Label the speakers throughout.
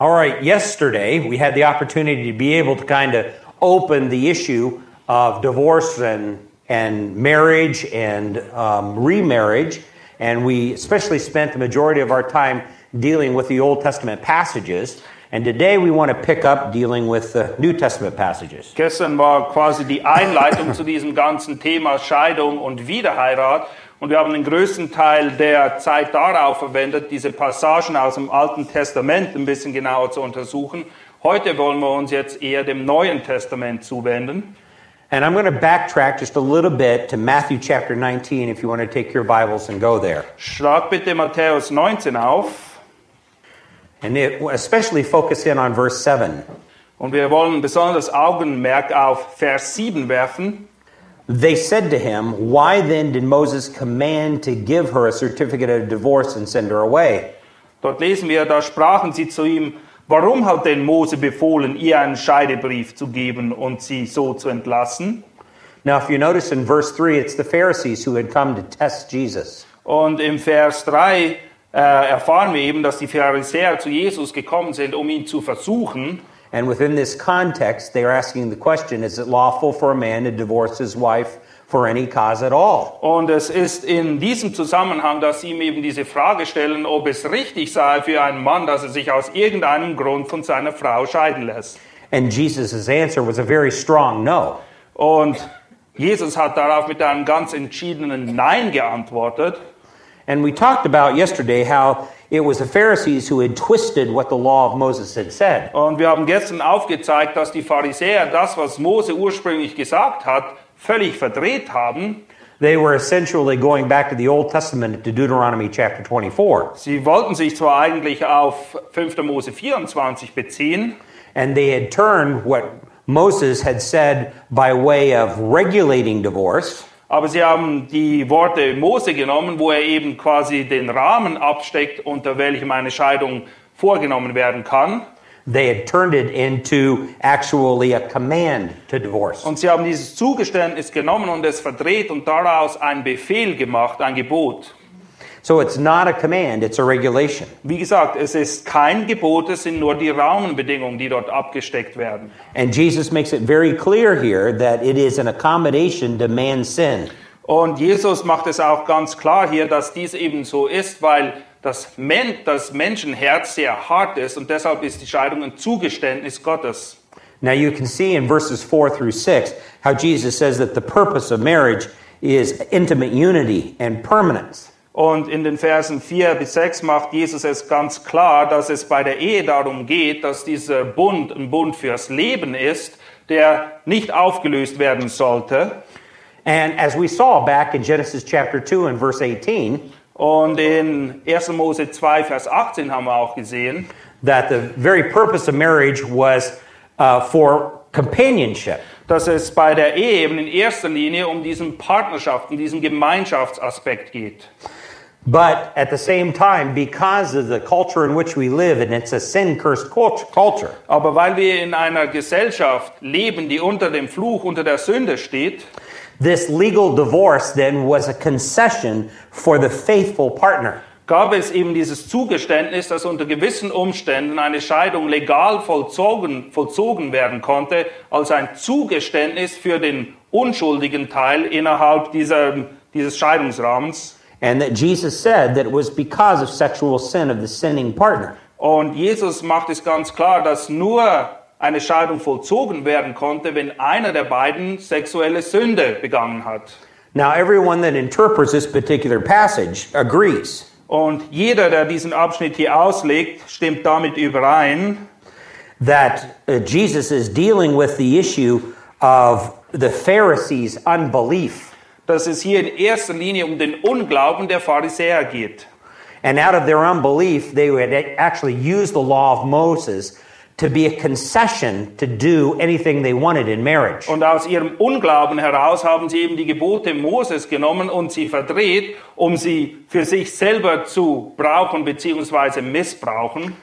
Speaker 1: All right, yesterday we had the opportunity to be able to kind of open the issue of divorce and, and marriage and um, remarriage. And we especially spent the majority of our time dealing with the Old Testament passages. And today we want to pick up dealing with the New Testament passages.
Speaker 2: Gestern war quasi die Einleitung zu diesem ganzen Thema Scheidung und Wiederheirat. Und wir haben den größten Teil der Zeit darauf verwendet, diese Passagen aus dem Alten Testament ein bisschen genauer zu untersuchen. Heute wollen wir uns jetzt eher dem Neuen Testament zuwenden.
Speaker 1: And I'm going to backtrack just a little bit to Matthew chapter 19 if you want to take your Bibles and go there.
Speaker 2: Schlag bitte Matthäus 19 auf
Speaker 1: And it, especially focus in on verse 7.
Speaker 2: und wir wollen besonders Augenmerk auf Vers 7 werfen.
Speaker 1: They said to him, Why then did Moses command to give her a certificate of divorce and send her away?
Speaker 2: Dort lesen wir, da sprachen sie zu ihm, warum hat denn Mose befohlen, ihr einen Scheidebrief zu geben und sie so zu entlassen?
Speaker 1: Now, if you notice in verse 3, it's the Pharisees who had come to test Jesus.
Speaker 2: Und im Vers 3 äh, erfahren wir eben, dass die Pharisäer zu Jesus gekommen sind, um ihn zu versuchen.
Speaker 1: And within this context, they are asking the question Is it lawful for a man to divorce his wife for any cause at all?
Speaker 2: Und es ist in diesem Zusammenhang, dass sie ihm eben diese Frage stellen, ob es richtig sei für einen Mann, dass er sich aus irgendeinem Grund von seiner Frau scheiden lässt.
Speaker 1: And Jesus' answer was a very strong no.
Speaker 2: Und Jesus hat darauf mit einem ganz entschiedenen Nein geantwortet.
Speaker 1: And we talked about yesterday how it was the Pharisees who had twisted what the law of Moses had said.
Speaker 2: Und wir haben gestern aufgezeigt, dass die Pharisäer das, was Mose ursprünglich gesagt hat, völlig verdreht haben.
Speaker 1: They were essentially going back to the Old Testament to Deuteronomy chapter 24.
Speaker 2: Sie wollten sich zwar eigentlich auf 5. Mose 24 beziehen,
Speaker 1: And they had turned what Moses had said by way of regulating divorce
Speaker 2: aber sie haben die Worte Mose genommen, wo er eben quasi den Rahmen absteckt, unter welchem eine Scheidung vorgenommen werden kann.
Speaker 1: They had turned it into actually a command to divorce.
Speaker 2: Und sie haben dieses Zugeständnis genommen und es verdreht und daraus einen Befehl gemacht, ein Gebot.
Speaker 1: So it's not a command, it's a regulation.
Speaker 2: Wie gesagt, es ist kein Gebot, es sind nur die Rahmenbedingungen, die dort abgesteckt werden.
Speaker 1: And Jesus makes it very clear here that it is an accommodation to man's sin.
Speaker 2: Und Jesus macht es auch ganz klar hier, dass dies eben so ist, weil das, Men das Menschenherz sehr hart ist und deshalb ist die Scheidung ein Zugeständnis Gottes.
Speaker 1: Now you can see in verses 4 through 6 how Jesus says that the purpose of marriage is intimate unity and permanence.
Speaker 2: Und in den Versen 4 bis 6 macht Jesus es ganz klar, dass es bei der Ehe darum geht, dass dieser Bund ein Bund fürs Leben ist, der nicht aufgelöst werden sollte.
Speaker 1: And as we saw back in Genesis chapter 2 and verse 18,
Speaker 2: Und in 1. Mose 2, Vers 18 haben wir auch gesehen,
Speaker 1: that the very purpose of marriage was uh, for companionship.
Speaker 2: dass es bei der Ehe eben in erster Linie um diesen Partnerschaften, diesen Gemeinschaftsaspekt geht.
Speaker 1: But at the same time, because of the culture in which we live, and it's a sin cursed culture,
Speaker 2: Aber weil wir in einer Gesellschaft leben, die unter dem Fluch, unter der Sünde steht,
Speaker 1: this legal divorce then was a concession for the faithful partner.
Speaker 2: gab es eben dieses Zugeständnis, dass unter gewissen Umständen eine Scheidung legal vollzogen, vollzogen werden konnte, als ein Zugeständnis für den unschuldigen Teil innerhalb dieser, dieses Scheidungsrahmens.
Speaker 1: And that Jesus said that it was because of sexual sin of the sinning partner.
Speaker 2: Und Jesus macht es ganz klar, dass nur eine Scheidung vollzogen werden konnte, wenn einer der beiden sexuelle Sünde begangen hat.
Speaker 1: Now, everyone that interprets this particular passage agrees.
Speaker 2: Und jeder, der diesen Abschnitt hier auslegt, stimmt damit überein,
Speaker 1: that uh, Jesus is dealing with the issue of the Pharisees' unbelief.
Speaker 2: dass es hier in erster Linie um den Unglauben der Pharisäer geht.
Speaker 1: And out of their unbelief, they would a- actually use the law of Moses to be a concession to do anything they wanted in marriage.
Speaker 2: Und aus ihrem Unglauben heraus haben sie eben die Gebote Moses genommen und sie verdreht, um sie für sich selber zu brauchen bzw. missbrauchen.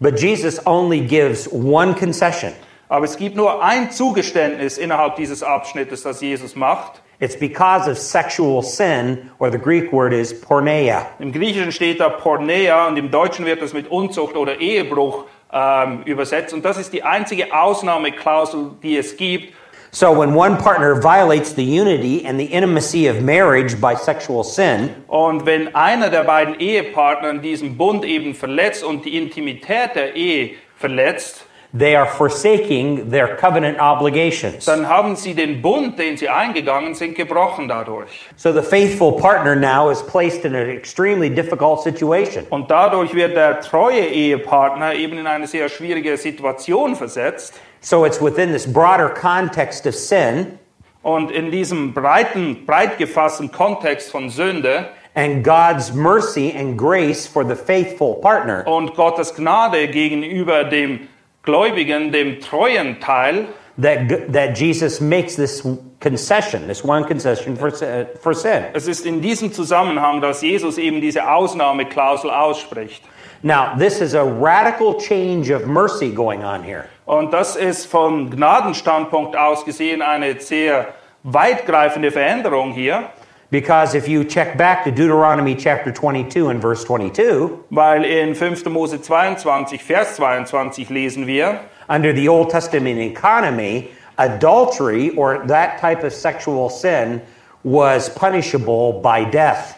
Speaker 1: But Jesus only gives one concession.
Speaker 2: Aber es gibt nur ein Zugeständnis innerhalb dieses Abschnittes, das Jesus macht.
Speaker 1: It's because of sexual sin, or the Greek word is porneia.
Speaker 2: Im Griechischen steht da Porneia und im Deutschen wird das mit Unzucht oder Ehebruch ähm, übersetzt. Und das ist die einzige Ausnahmeklausel, die es gibt.
Speaker 1: So when one partner violates the unity and the intimacy of marriage by sexual sin,
Speaker 2: Und wenn einer der beiden Ehepartner diesen Bund eben verletzt und die Intimität der Ehe verletzt,
Speaker 1: they are forsaking their covenant obligations.
Speaker 2: dann haben sie den Bund, den sie eingegangen sind, gebrochen dadurch.
Speaker 1: So the faithful partner now is placed in an extremely difficult situation.
Speaker 2: Und dadurch wird der treue Ehepartner eben in eine sehr schwierige Situation versetzt.
Speaker 1: So it's within this broader context of sin,
Speaker 2: Und in diesem breiten, breit gefassten Kontext von Sünde
Speaker 1: and God's mercy and grace for the faithful partner
Speaker 2: und Gottes Gnade gegenüber dem Gläubigen, dem treuen Teil,
Speaker 1: that g- that Jesus makes this concession, this one concession for sin, for sin.
Speaker 2: es ist in diesem Zusammenhang, dass Jesus eben diese Ausnahmeklausel ausspricht.
Speaker 1: Now, this is a radical change of mercy going on here.
Speaker 2: Und das ist vom Gnadenstandpunkt aus gesehen eine sehr weitgreifende Veränderung hier,
Speaker 1: Because if you check back to Deuteronomy chapter 22 and verse 22,
Speaker 2: weil in 5. Mose 22, Vers 22 lesen wir,
Speaker 1: under the Old Testament economy, adultery or that type of sexual sin was punishable by death.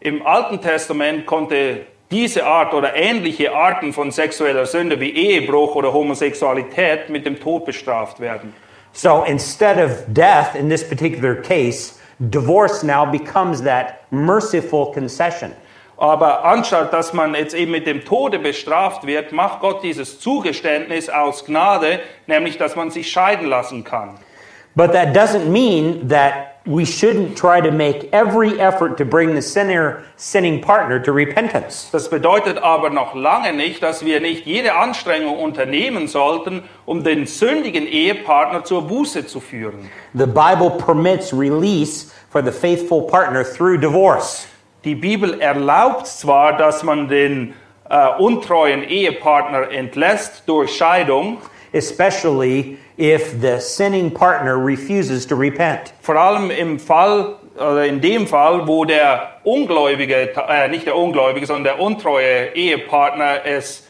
Speaker 2: Im Alten Testament konnte diese Art oder ähnliche Arten von sexueller Sünde wie Ehebruch oder Homosexualität mit dem Tod bestraft werden.
Speaker 1: So instead of death in this particular case, divorce now becomes that merciful concession.
Speaker 2: Aber anstatt dass man jetzt eben mit dem Tode bestraft wird, macht Gott dieses Zugeständnis aus Gnade, nämlich dass man sich scheiden lassen kann.
Speaker 1: But that doesn't mean that we shouldn't try to make every effort to bring the sinner sinning partner to repentance.
Speaker 2: Das bedeutet aber noch lange nicht, dass wir nicht jede Anstrengung unternehmen sollten, um den sündigen Ehepartner zur Buße zu führen.
Speaker 1: The Bible permits release for the faithful partner through divorce.
Speaker 2: Die Bibel erlaubt zwar, dass man den äh, untreuen Ehepartner entlässt durch Scheidung,
Speaker 1: Especially if the sinning partner refuses to repent.
Speaker 2: vor allem im Fall oder in dem Fall, wo der Ungläubige, äh, nicht der Ungläubige, sondern der untreue Ehepartner es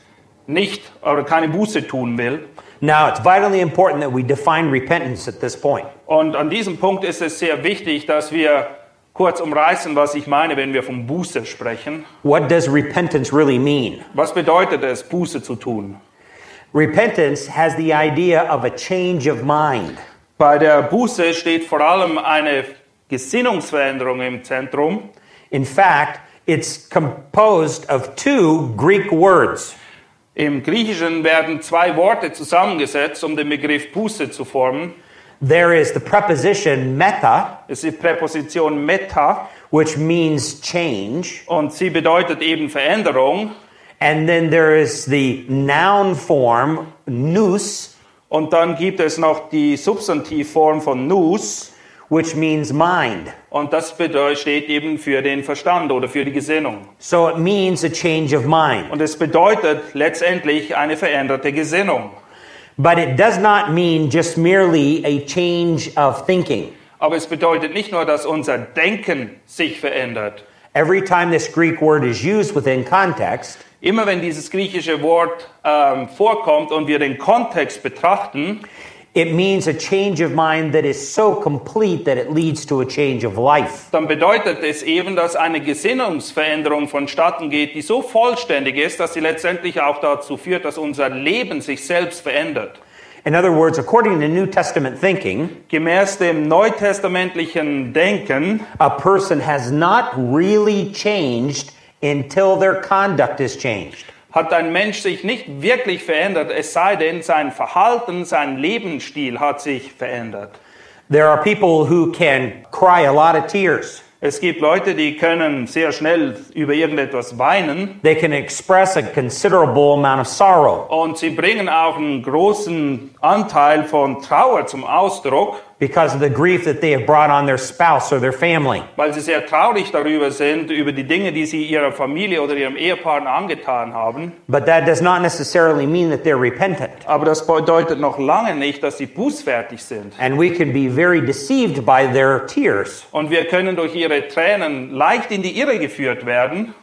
Speaker 2: nicht oder keine Buße tun will.
Speaker 1: Now, it's vitally important that we define repentance at this point.
Speaker 2: Und an diesem Punkt ist es sehr wichtig, dass wir kurz umreißen, was ich meine, wenn wir von Buße sprechen.
Speaker 1: What does repentance really mean?
Speaker 2: Was bedeutet es, Buße zu tun?
Speaker 1: Repentance has the idea of a change of mind.
Speaker 2: Bei der Buße steht vor allem eine Gesinnungsveränderung im Zentrum.
Speaker 1: In fact, it's composed of two Greek words.
Speaker 2: Im Griechischen werden zwei Worte zusammengesetzt, um den Begriff Buße zu formen.
Speaker 1: There is the preposition meta,
Speaker 2: Es ist die Präposition meta
Speaker 1: which means change.
Speaker 2: und sie bedeutet eben Veränderung.
Speaker 1: And then there is the noun form, nous,
Speaker 2: Und dann gibt es noch die Substantivform von nous
Speaker 1: which means mind.
Speaker 2: und das bedeu- steht eben für den Verstand oder für die Gesinnung.
Speaker 1: So it means a change of mind.
Speaker 2: Und es bedeutet letztendlich eine veränderte Gesinnung.
Speaker 1: But it does not mean just merely a change of thinking.
Speaker 2: Aber es bedeutet nicht nur, dass unser Denken sich verändert,
Speaker 1: Every time this Greek word is used within context,
Speaker 2: Immer wenn dieses griechische Wort ähm, vorkommt und wir den Kontext betrachten,
Speaker 1: it means a change of mind that is so complete that it leads to a change of life.
Speaker 2: dann bedeutet es eben, dass eine Gesinnungsveränderung vonstatten geht, die so vollständig ist, dass sie letztendlich auch dazu führt, dass unser Leben sich selbst verändert.
Speaker 1: In other words, according to New Testament thinking,
Speaker 2: Gemäß dem neutestamentlichen Denken
Speaker 1: a person has not really changed until their conduct is changed.
Speaker 2: hat ein Mensch sich nicht wirklich verändert, es sei denn, sein Verhalten, sein Lebensstil hat sich verändert.
Speaker 1: There are people who can cry a lot of tears.
Speaker 2: Es gibt Leute, die können sehr schnell über irgendetwas weinen
Speaker 1: They can express a considerable amount of sorrow
Speaker 2: und sie bringen auch einen großen Anteil von Trauer zum Ausdruck,
Speaker 1: because of the grief that they have brought on their spouse or their family.
Speaker 2: weil sie sehr traurig darüber sind, über die Dinge, die sie ihrer Familie oder ihrem Ehepartner angetan haben.
Speaker 1: But that does not necessarily mean that they're repentant.
Speaker 2: Aber das bedeutet noch lange nicht, dass sie bußfertig sind.
Speaker 1: And we can be very deceived by their tears.
Speaker 2: Und wir können durch ihre Tränen leicht in die Irre geführt werden.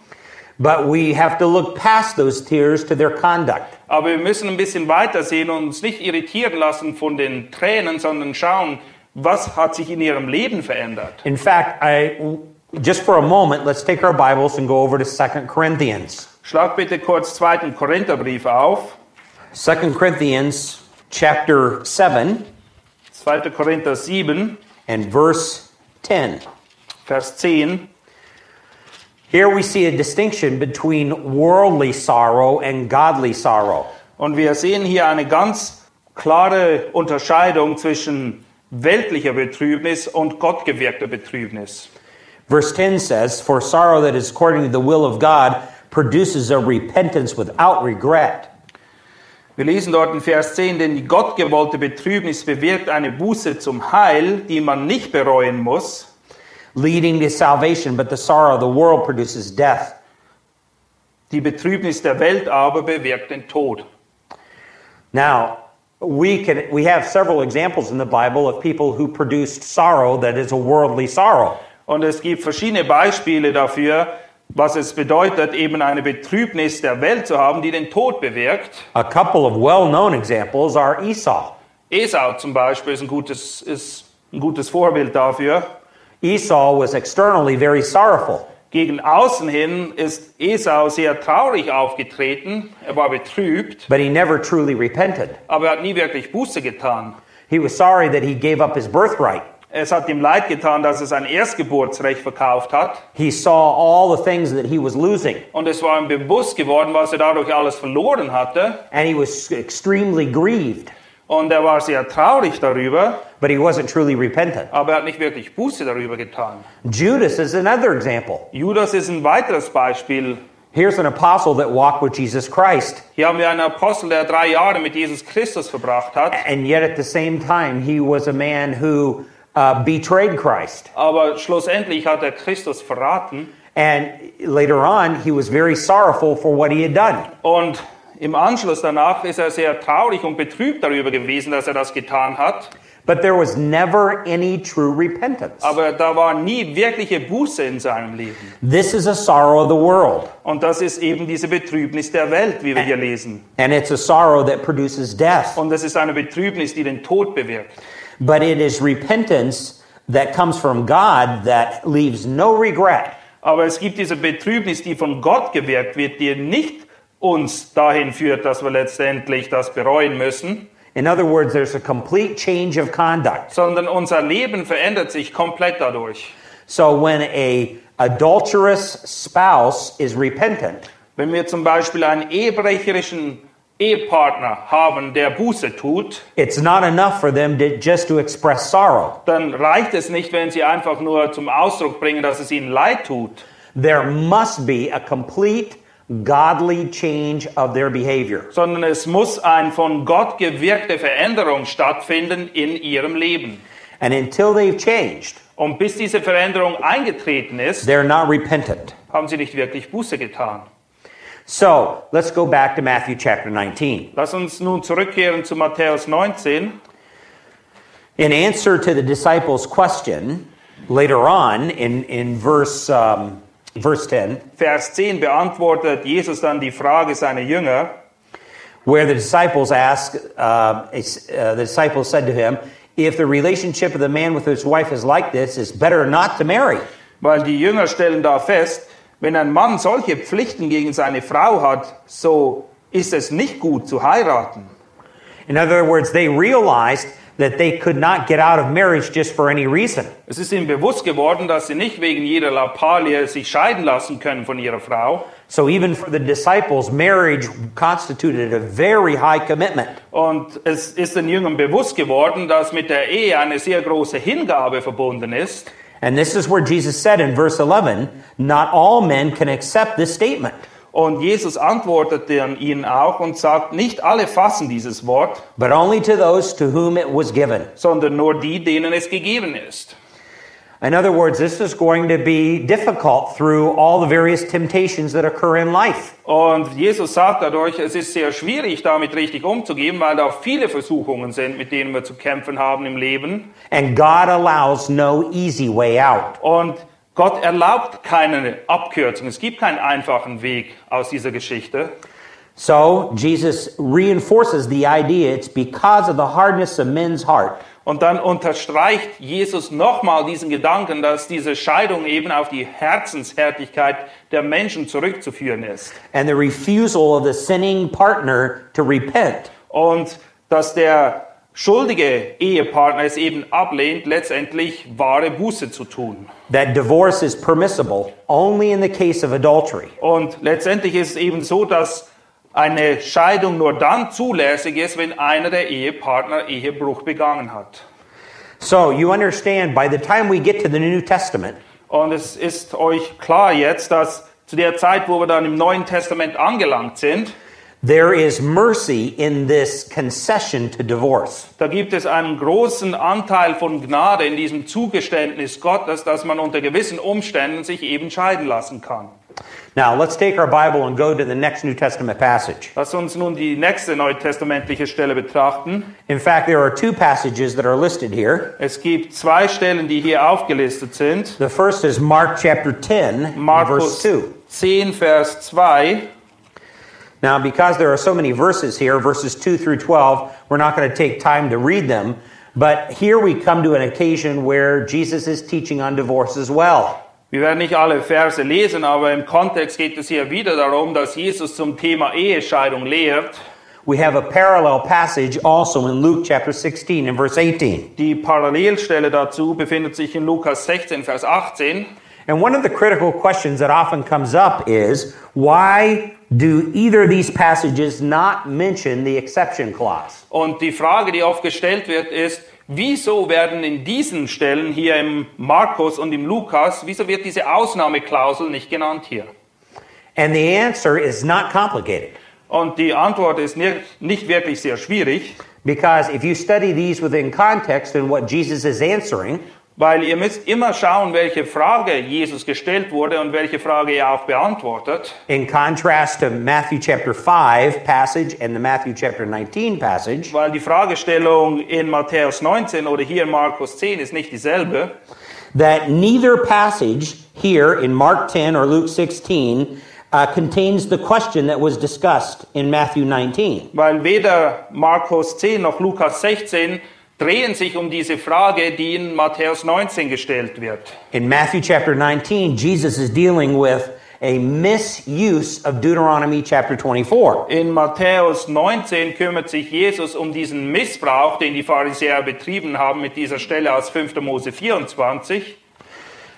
Speaker 1: But we have to look past those tears to their conduct.
Speaker 2: Aber wir müssen ein bisschen weiter sehen und uns nicht irritieren lassen von den Tränen, sondern schauen, was hat sich in ihrem Leben verändert.
Speaker 1: In fact, I just for a moment, let's take our Bibles and go over to 2 Corinthians.
Speaker 2: Schlag bitte kurz 2. Korintherbrief auf.
Speaker 1: 2 Corinthians chapter 7
Speaker 2: 2. Korinther 7,
Speaker 1: and verse 10.
Speaker 2: Vers 10.
Speaker 1: Here we see a distinction between worldly sorrow and godly sorrow.
Speaker 2: Und wir sehen hier eine ganz klare Unterscheidung zwischen weltlicher Betrübnis und gottgewirkter Betrübnis.
Speaker 1: Verse 10 says, For sorrow that is according to the will of God produces a repentance without regret,
Speaker 2: Wir lesen dort in Vers 10, denn die gottgewollte Betrübnis bewirkt eine Buße zum Heil, die man nicht bereuen muss.
Speaker 1: leading to salvation, but the sorrow of the world produces death.
Speaker 2: Die Betrübnis der Welt aber bewirkt den Tod.
Speaker 1: Now, we can we have several examples in the Bible of people who produced sorrow that is a worldly sorrow.
Speaker 2: Und es gibt verschiedene Beispiele dafür, was es bedeutet, eben eine Betrübnis der Welt zu haben, die den Tod bewirkt.
Speaker 1: A couple of well-known examples are Esau.
Speaker 2: Esau zum Beispiel ist ein gutes, ist ein gutes Vorbild dafür.
Speaker 1: Esau was externally very sorrowful,
Speaker 2: Gegen außen hin ist Esau sehr traurig aufgetreten. Er war betrübt,
Speaker 1: but he never truly repented.
Speaker 2: aber er hat nie wirklich Buße getan.
Speaker 1: He was sorry that he gave up his birthright.
Speaker 2: Es hat ihm leid getan, dass er sein Erstgeburtsrecht verkauft hat.
Speaker 1: He saw all the things that he was losing,
Speaker 2: Und es war ihm bewusst geworden, was er dadurch alles verloren hatte.
Speaker 1: and he was extremely grieved,
Speaker 2: Und er war sehr traurig darüber,
Speaker 1: but he wasn't truly repentant.
Speaker 2: aber er hat nicht wirklich Buße darüber getan.
Speaker 1: Judas is another example.
Speaker 2: Judas ist ein weiteres Beispiel.
Speaker 1: Here's an apostle that walked with Jesus Christ,
Speaker 2: Hier haben wir einen Apostel, der drei Jahre mit Jesus Christus verbracht hat,
Speaker 1: and yet at the same time, he was a man who uh, betrayed Christ.
Speaker 2: aber schlussendlich hat er Christus verraten.
Speaker 1: And later on, he was very sorrowful for what he had done.
Speaker 2: Und im Anschluss danach ist er sehr traurig und betrübt darüber gewesen, dass er das getan hat.
Speaker 1: But there was never any true repentance.
Speaker 2: Aber da war nie wirkliche Buße in seinem Leben.
Speaker 1: This is a sorrow of the world,
Speaker 2: Und das ist eben diese Betrübnis der Welt, wie wir hier lesen.
Speaker 1: and it's a sorrow that produces death.
Speaker 2: Und das ist eine Betrübnis, die den Tod bewirkt.
Speaker 1: But it is repentance that comes from God that leaves no regret.
Speaker 2: Aber es gibt diese Betrübnis, die von Gott gewirkt wird, die nicht uns dahin führt, dass wir letztendlich das bereuen müssen,
Speaker 1: In other words, there's a complete change of conduct.
Speaker 2: sondern unser Leben verändert sich komplett dadurch.
Speaker 1: So when a adulterous spouse is repentant,
Speaker 2: Wenn wir zum Beispiel einen ehebrecherischen Ehepartner haben, der Buße tut,
Speaker 1: it's not enough for them to, just to express sorrow.
Speaker 2: dann reicht es nicht, wenn sie einfach nur zum Ausdruck bringen, dass es ihnen leid tut,
Speaker 1: There must be a complete godly change of their behavior.
Speaker 2: sondern es muss eine von Gott gewirkte Veränderung stattfinden in ihrem Leben.
Speaker 1: And until they've changed,
Speaker 2: Und bis diese Veränderung eingetreten ist,
Speaker 1: they're not repentant.
Speaker 2: haben sie nicht wirklich Buße getan.
Speaker 1: So let's go back to Matthew chapter 19.
Speaker 2: Lass uns nun zurückkehren zu Matthäus 19.
Speaker 1: In answer to the disciples' question later on in, in verse, um, verse 10,
Speaker 2: Vers 10 beantwortet Jesus dann die Frage seiner Jünger.
Speaker 1: where the disciples ask, uh, it's, uh, the disciples said to him, If the relationship of the man with his wife is like this, it's better not to marry.
Speaker 2: Weil die Jünger stellen da fest, wenn ein Mann solche Pflichten gegen seine Frau hat, so ist es nicht gut zu heiraten.
Speaker 1: In other words, they realized that they could not get out of marriage just for any reason.
Speaker 2: Es ist ihnen bewusst geworden, dass sie nicht wegen jeder Lappalie sich scheiden lassen können von ihrer Frau.
Speaker 1: So even for the disciples, marriage constituted a very high commitment.
Speaker 2: Und es ist den Jüngern bewusst geworden, dass mit der Ehe eine sehr große Hingabe verbunden ist.
Speaker 1: And this is where Jesus said in verse 11, not all men can accept this statement,
Speaker 2: Und Jesus antwortete an ihnen auch und sagt, nicht alle fassen dieses Wort,
Speaker 1: but only to those to whom it was given.
Speaker 2: sondern nur die, denen es gegeben ist.
Speaker 1: In other words, this is going to be difficult through all the various temptations that occur in life.
Speaker 2: Und Jesus sagt dadurch, es ist sehr schwierig, damit richtig umzugehen, weil da viele Versuchungen sind, mit denen wir zu kämpfen haben im Leben.
Speaker 1: And God allows no easy way out.
Speaker 2: Und Gott erlaubt keine Abkürzung. Es gibt keinen einfachen Weg aus dieser Geschichte.
Speaker 1: So Jesus reinforces the idea it's because of the hardness of men's heart.
Speaker 2: Und dann unterstreicht Jesus nochmal diesen Gedanken, dass diese Scheidung eben auf die Herzenshärtigkeit der Menschen zurückzuführen ist.
Speaker 1: and the refusal of the sinning partner to repent.
Speaker 2: Und dass der schuldige Ehepartner es eben ablehnt, letztendlich wahre Buße zu tun.
Speaker 1: That divorce is permissible only in the case of adultery.
Speaker 2: Und letztendlich ist es eben so, dass eine Scheidung nur dann zulässig ist, wenn einer der Ehepartner Ehebruch begangen hat.
Speaker 1: So you understand by the time we get to the New Testament,
Speaker 2: Und es ist euch klar jetzt, dass zu der Zeit, wo wir dann im Neuen Testament angelangt sind,
Speaker 1: there is mercy in this concession to divorce.
Speaker 2: da gibt es einen großen Anteil von Gnade in diesem Zugeständnis Gottes, dass man unter gewissen Umständen sich eben scheiden lassen kann.
Speaker 1: Now let's take our Bible and go to the next New Testament passage.
Speaker 2: Lass uns nun die nächste neutestamentliche Stelle betrachten.
Speaker 1: In fact, there are two passages that are listed here.
Speaker 2: Es gibt zwei Stellen, die hier aufgelistet sind.
Speaker 1: The first is Mark chapter 10, verse
Speaker 2: Markus
Speaker 1: 2.
Speaker 2: 10, Vers 2.
Speaker 1: Now, because there are so many verses here, verses 2 through 12, we're not going to take time to read them. But here we come to an occasion where Jesus is teaching on divorce as well.
Speaker 2: Wir werden nicht alle Verse lesen, aber im Kontext geht es hier wieder darum, dass Jesus zum Thema Ehescheidung lehrt,
Speaker 1: We have a parallel passage also in Luke chapter 16 and verse 18.
Speaker 2: Die Parallelstelle dazu befindet sich in Lukas 16, Vers 18.
Speaker 1: And one of the critical questions that often comes up is why do either of these passages not mention the exception clause?
Speaker 2: Und die Frage, die oft gestellt wird, ist, wieso werden in diesen Stellen hier im Markus und im Lukas, wieso wird diese Ausnahmeklausel nicht genannt hier?
Speaker 1: And the answer is not complicated.
Speaker 2: Und die Antwort ist nicht, nicht wirklich sehr schwierig,
Speaker 1: Because if you study these within context and what Jesus is answering,
Speaker 2: weil ihr müsst immer schauen, welche Frage Jesus gestellt wurde und welche Frage er auch beantwortet.
Speaker 1: In contrast to Matthew chapter 5 passage and the Matthew chapter 19 passage,
Speaker 2: Weil die Fragestellung in Matthäus 19 oder hier in Markus 10 ist nicht dieselbe.
Speaker 1: that neither passage here in Mark 10 or Luke 16 uh, contains the question that was discussed in Matthew 19.
Speaker 2: Weil weder Markus 10 noch Lukas 16 drehen sich um diese Frage, die in Matthäus 19 gestellt wird.
Speaker 1: In Matthew chapter 19, Jesus is dealing with a misuse of Deuteronomy chapter 24.
Speaker 2: In Matthäus 19 kümmert sich Jesus um diesen Missbrauch, den die Pharisäer betrieben haben mit dieser Stelle aus 5. Mose 24.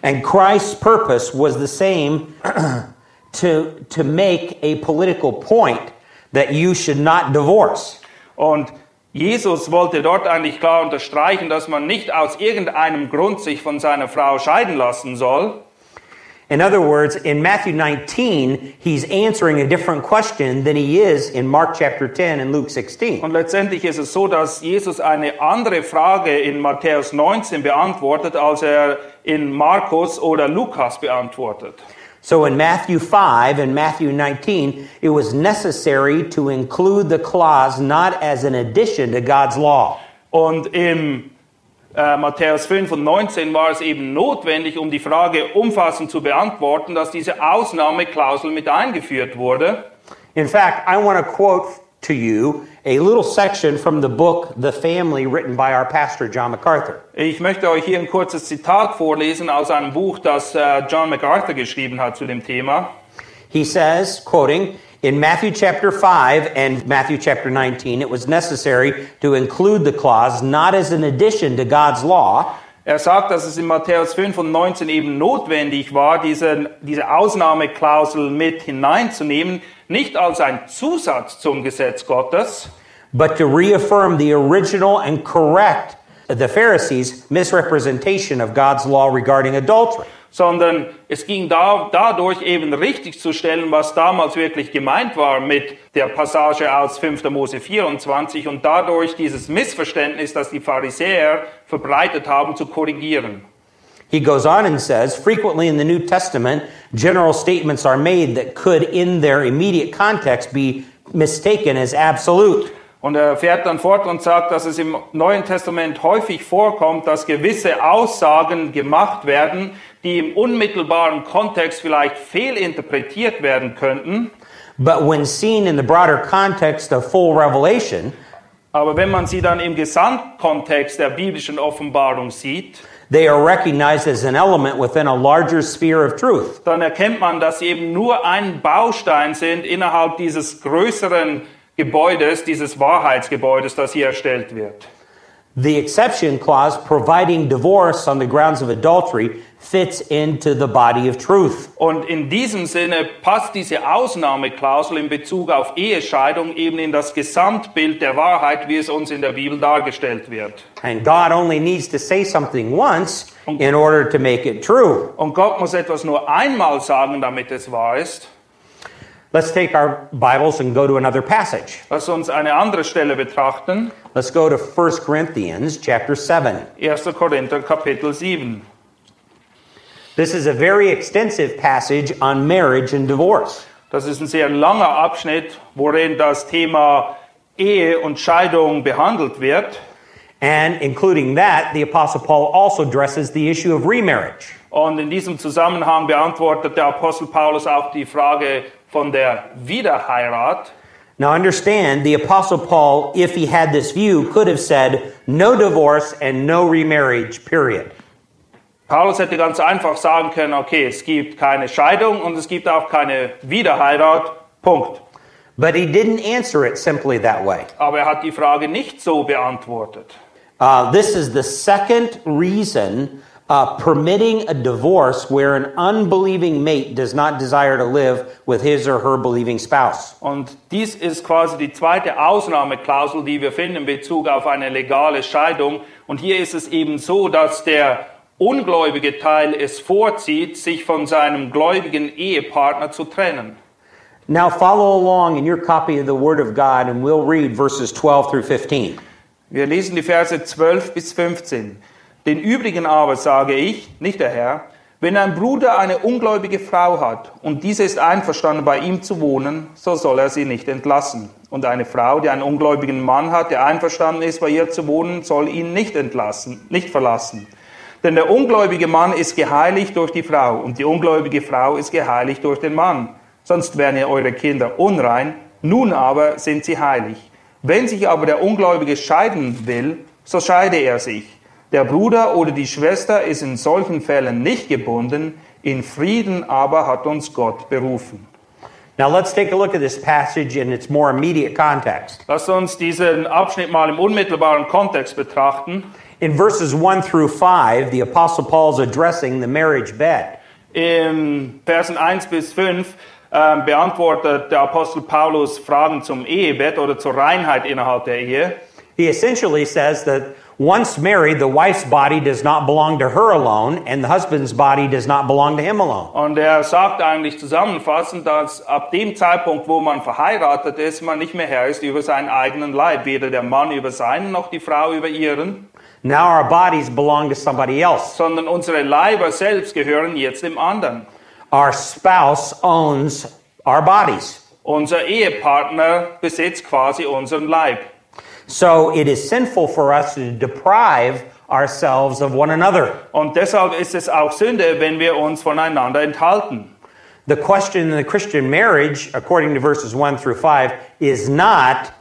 Speaker 1: And Christ's purpose was the same to, to make a political point that you should not divorce.
Speaker 2: Und Jesus wollte dort eigentlich klar unterstreichen, dass man nicht aus irgendeinem Grund sich von seiner Frau scheiden lassen soll.
Speaker 1: In other words, in Matthew 19, he's answering a different question than he is in Mark chapter 10 and Luke 16.
Speaker 2: Und letztendlich ist es so, dass Jesus eine andere Frage in Matthäus 19 beantwortet, als er in Markus oder Lukas beantwortet.
Speaker 1: So in Matthew 5 and Matthew 19, it was necessary to include the clause not as an addition to God's law.
Speaker 2: Und im äh, Matthäus 5 und 19 war es eben notwendig, um die Frage umfassend zu beantworten, dass diese Ausnahmeklausel mit eingeführt wurde.
Speaker 1: In fact, I want to quote to you a little section from the book The Family written by our pastor John MacArthur.
Speaker 2: Ich möchte euch hier ein kurzes Zitat vorlesen aus einem Buch, das äh, John MacArthur geschrieben hat zu dem Thema.
Speaker 1: He says, quoting, in Matthew chapter 5 and Matthew chapter 19, it was necessary to include the clause not as an addition to God's law,
Speaker 2: Er sagt, dass es in Matthäus 5 und 19 eben notwendig war, diese, diese Ausnahmeklausel mit hineinzunehmen, nicht als ein Zusatz zum Gesetz Gottes,
Speaker 1: but to reaffirm the original and correct the Pharisees' misrepresentation of God's law regarding adultery.
Speaker 2: sondern es ging da, dadurch eben richtigzustellen, was damals wirklich gemeint war mit der Passage aus 5. Mose 24 und dadurch dieses Missverständnis, das die Pharisäer verbreitet haben, zu korrigieren.
Speaker 1: He goes on and says, frequently in the New Testament, general statements are made that could, in their immediate context, be mistaken as absolute.
Speaker 2: Und er fährt dann fort und sagt, dass es im Neuen Testament häufig vorkommt, dass gewisse Aussagen gemacht werden, die im unmittelbaren Kontext vielleicht fehlinterpretiert werden könnten.
Speaker 1: But when seen in the broader context of full revelation,
Speaker 2: Aber wenn man sie dann im Gesamtkontext der biblischen Offenbarung sieht,
Speaker 1: they are recognized as an element within a larger sphere of truth.
Speaker 2: dann erkennt man, dass sie eben nur ein Baustein sind innerhalb dieses größeren Gebäudes, dieses Wahrheitsgebäudes, das hier erstellt wird.
Speaker 1: The exception clause, providing divorce on the grounds of adultery, fits into the body of truth.
Speaker 2: Und in diesem Sinne passt diese Ausnahmeklausel in Bezug auf Ehescheidung eben in das Gesamtbild der Wahrheit, wie es uns in der Bibel dargestellt wird.
Speaker 1: And God only needs to say something once in order to make it true.
Speaker 2: Und Gott muss etwas nur einmal sagen, damit es wahr ist.
Speaker 1: Let's take our Bibles and go to another passage.
Speaker 2: Lass uns eine andere Stelle betrachten.
Speaker 1: Let's go to 1 Corinthians chapter 7.
Speaker 2: 1. Korinther Kapitel 7.
Speaker 1: This is a very extensive passage on marriage and divorce.
Speaker 2: Das ist ein sehr langer Abschnitt, worin das Thema Ehe und Scheidung behandelt wird.
Speaker 1: And including that, the Apostle Paul also addresses the issue of remarriage.
Speaker 2: Und in diesem Zusammenhang beantwortet der Apostel Paulus auch die Frage von der Wiederheirat.
Speaker 1: Now understand, the Apostle Paul, if he had this view, could have said no divorce and no remarriage, period.
Speaker 2: Paulus hätte ganz einfach sagen können, okay, es gibt keine Scheidung und es gibt auch keine Wiederheirat, Punkt.
Speaker 1: But he didn't answer it simply that way.
Speaker 2: Aber er hat die Frage nicht so beantwortet.
Speaker 1: Uh, this is the second reason uh, permitting a divorce where an unbelieving mate does not desire to live with his or her believing spouse.
Speaker 2: Und dies ist quasi die zweite Ausnahmeklausel, die wir finden in Bezug auf eine legale Scheidung. Und hier ist es eben so, dass der ungläubige Teil es vorzieht, sich von seinem gläubigen Ehepartner zu trennen.
Speaker 1: Now follow along in your copy of the Word of God and we'll read verses 12 through 15.
Speaker 2: Wir lesen die Verse 12 bis 15. Den übrigen aber sage ich, nicht der Herr, wenn ein Bruder eine ungläubige Frau hat und diese ist einverstanden, bei ihm zu wohnen, so soll er sie nicht entlassen. Und eine Frau, die einen ungläubigen Mann hat, der einverstanden ist, bei ihr zu wohnen, soll ihn nicht entlassen, nicht verlassen. Denn der ungläubige Mann ist geheiligt durch die Frau und die ungläubige Frau ist geheiligt durch den Mann. Sonst wären ja eure Kinder unrein, nun aber sind sie heilig. Wenn sich aber der Ungläubige scheiden will, so scheide er sich. Der Bruder oder die Schwester ist in solchen Fällen nicht gebunden, in Frieden aber hat uns Gott berufen.
Speaker 1: Now let's take a look at this passage in its more immediate context.
Speaker 2: Lasst uns diesen Abschnitt mal im unmittelbaren Kontext betrachten.
Speaker 1: In verses 1 through 5, the Apostle Paul's addressing the marriage bed.
Speaker 2: In Versen 1 bis 5 ähm, beantwortet der Apostel Paulus Fragen zum Ehebett oder zur Reinheit innerhalb der Ehe.
Speaker 1: He essentially says that once married, the wife's body does not belong to her alone, and the husband's body does not belong to him alone.
Speaker 2: Und er sagt eigentlich zusammenfassend, dass ab dem Zeitpunkt, wo man verheiratet ist, man nicht mehr Herr ist über seinen eigenen Leib, weder der Mann über seinen noch die Frau über ihren,
Speaker 1: Now our bodies belong to somebody else.
Speaker 2: sondern unsere Leiber selbst gehören jetzt dem anderen.
Speaker 1: Our spouse owns our bodies.
Speaker 2: Unser Ehepartner besitzt quasi unseren Leib.
Speaker 1: So it is sinful for us to deprive ourselves of one another.
Speaker 2: Und deshalb ist es auch Sünde, wenn wir uns voneinander enthalten.
Speaker 1: The question in the Christian marriage, according to verses 1 through 5, is not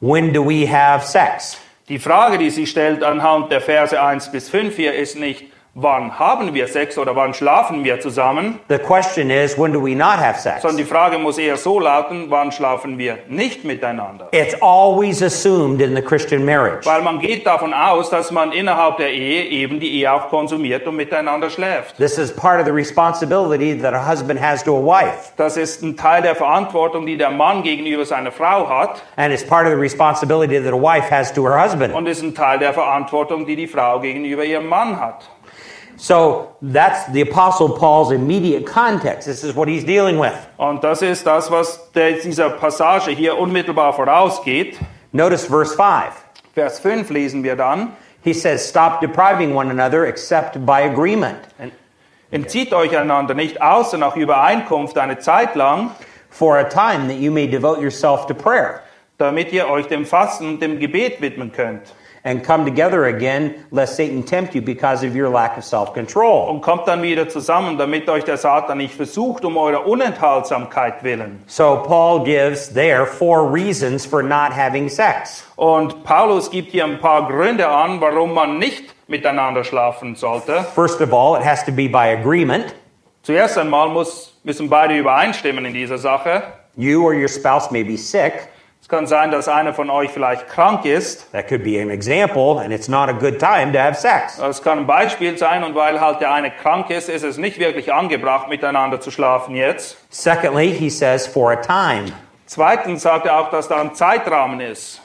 Speaker 1: when do we have sex?
Speaker 2: Die Frage, die sich stellt anhand der Verse 1 bis 5 hier, ist nicht, wann haben wir Sex oder wann schlafen wir zusammen,
Speaker 1: The question is, when do we not have sex?
Speaker 2: sondern die Frage muss eher so lauten, wann schlafen wir nicht miteinander.
Speaker 1: It's always assumed in the Christian marriage.
Speaker 2: Weil man geht davon aus, dass man innerhalb der Ehe eben die Ehe auch konsumiert und miteinander schläft.
Speaker 1: This is part of the responsibility that a husband has to a wife,
Speaker 2: Das ist ein Teil der Verantwortung, die der Mann gegenüber seiner Frau hat
Speaker 1: and it's part of the responsibility that a wife has to her husband.
Speaker 2: und ist ein Teil der Verantwortung, die die Frau gegenüber ihrem Mann hat.
Speaker 1: So that's the Apostle Paul's immediate context. This is what he's dealing with.
Speaker 2: Und das ist das, was der, dieser Passage hier unmittelbar vorausgeht.
Speaker 1: Notice verse 5.
Speaker 2: Vers 5 lesen wir dann.
Speaker 1: He says, Stop depriving one another except by agreement.
Speaker 2: Entzieht euch einander nicht außer nach Übereinkunft eine Zeit lang,
Speaker 1: for a time that you may devote yourself to prayer
Speaker 2: damit ihr euch dem Fasten und dem Gebet widmen könnt.
Speaker 1: and come together again, lest Satan tempt you because of your lack of self control.
Speaker 2: Und kommt dann wieder zusammen, damit euch der Satan nicht versucht, um eurer Unenthaltsamkeit willen.
Speaker 1: So, Paul gives there four reasons for not having sex.
Speaker 2: Und Paulus gibt hier ein paar Gründe an, warum man nicht miteinander schlafen sollte.
Speaker 1: First of all, it has to be by agreement.
Speaker 2: Zuerst einmal muss, müssen beide übereinstimmen in dieser Sache.
Speaker 1: You or your spouse may be sick.
Speaker 2: Es kann sein, dass einer von euch vielleicht krank ist.
Speaker 1: That could be an example, and it's not a good time to have sex.
Speaker 2: Das kann ein Beispiel sein und weil halt der eine krank ist, ist es nicht wirklich angebracht, miteinander zu schlafen jetzt.
Speaker 1: Secondly, he says, for a time.
Speaker 2: Zweitens sagt er auch, dass da ein Zeitrahmen ist.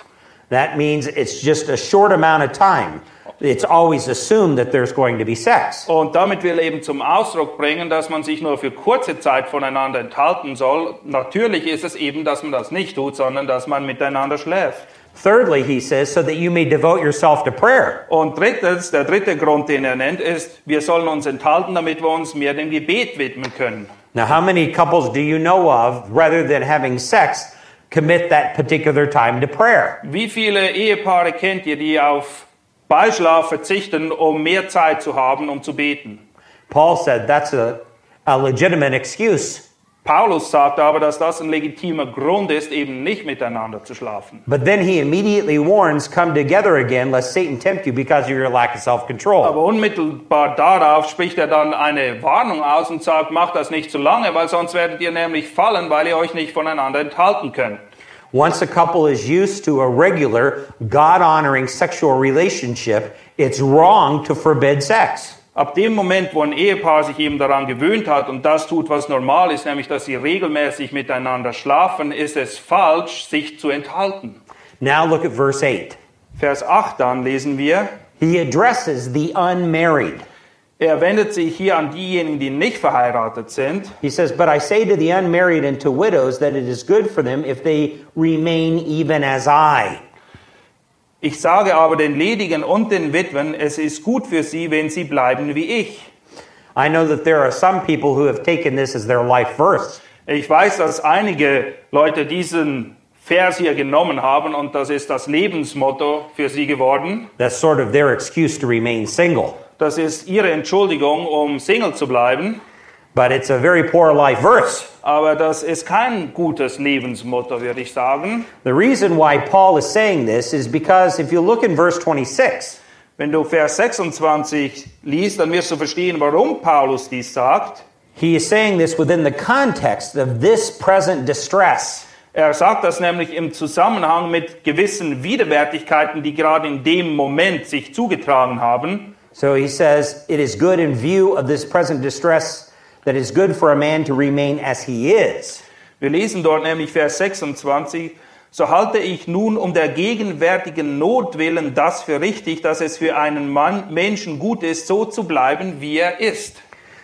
Speaker 1: That means it's just a short amount of time. It's always assumed that there's going to be sex.
Speaker 2: Und damit will er eben zum Ausdruck bringen, dass man sich nur für kurze Zeit voneinander enthalten soll. Natürlich ist es eben, dass man das nicht tut, sondern dass man miteinander schläft.
Speaker 1: Thirdly, he says, so that you may devote yourself to prayer.
Speaker 2: Und drittens, der dritte Grund, den er nennt, ist, wir sollen uns enthalten, damit wir uns mehr dem Gebet widmen können.
Speaker 1: Now, how many couples do you know of, rather than having sex, commit that particular time to prayer?
Speaker 2: Wie viele Ehepaare kennt ihr, die auf Beischlaf verzichten, um mehr Zeit zu haben, um zu beten?
Speaker 1: Paul said that's a, a legitimate excuse.
Speaker 2: Paulus sagt aber, dass das ein legitimer Grund ist, eben nicht miteinander zu schlafen.
Speaker 1: But then he immediately warns, come together again, lest Satan tempt you because of your lack of self control.
Speaker 2: Aber unmittelbar darauf spricht er dann eine Warnung aus und sagt, macht das nicht zu lange, weil sonst werdet ihr nämlich fallen, weil ihr euch nicht voneinander enthalten könnt.
Speaker 1: Once a couple is used to a regular, God honoring sexual relationship, it's wrong to forbid sex.
Speaker 2: Ab dem Moment, wo ein Ehepaar sich eben daran gewöhnt hat und das tut, was normal ist, nämlich dass sie regelmäßig miteinander schlafen, ist es falsch, sich zu enthalten.
Speaker 1: Now look at verse 8.
Speaker 2: Vers 8 dann lesen wir,
Speaker 1: He addresses the unmarried.
Speaker 2: er wendet sich hier an diejenigen, die nicht verheiratet sind.
Speaker 1: He says, But I say to the unmarried and to widows that it is good for them if they remain even as I.
Speaker 2: Ich sage aber den Ledigen und den Witwen, es ist gut für sie, wenn sie bleiben wie ich.
Speaker 1: I know that there are some people who have taken this as their life verse.
Speaker 2: Ich weiß, dass einige Leute diesen Vers hier genommen haben und das ist das Lebensmotto für sie geworden.
Speaker 1: That's sort of their excuse to remain single.
Speaker 2: Das ist ihre Entschuldigung, um Single zu bleiben.
Speaker 1: But it's a very poor life verse.
Speaker 2: Aber das ist kein gutes Lebensmotto, würde ich sagen.
Speaker 1: The reason why Paul is saying this is because if you look in verse 26,
Speaker 2: Wenn du Vers 26 liest, dann wirst du verstehen, warum Paulus dies sagt.
Speaker 1: he is saying this within the context of this present distress.
Speaker 2: Er sagt das nämlich im Zusammenhang mit gewissen Widerwärtigkeiten, die gerade in dem Moment sich zugetragen haben.
Speaker 1: So he says, It is good in view of this present distress that is good for a man to remain as he is.
Speaker 2: Wir lesen dort nämlich Vers 26, so halte ich nun um der gegenwärtigen Not willen das für richtig, dass es für einen Mann, Menschen gut ist, so zu bleiben, wie er ist.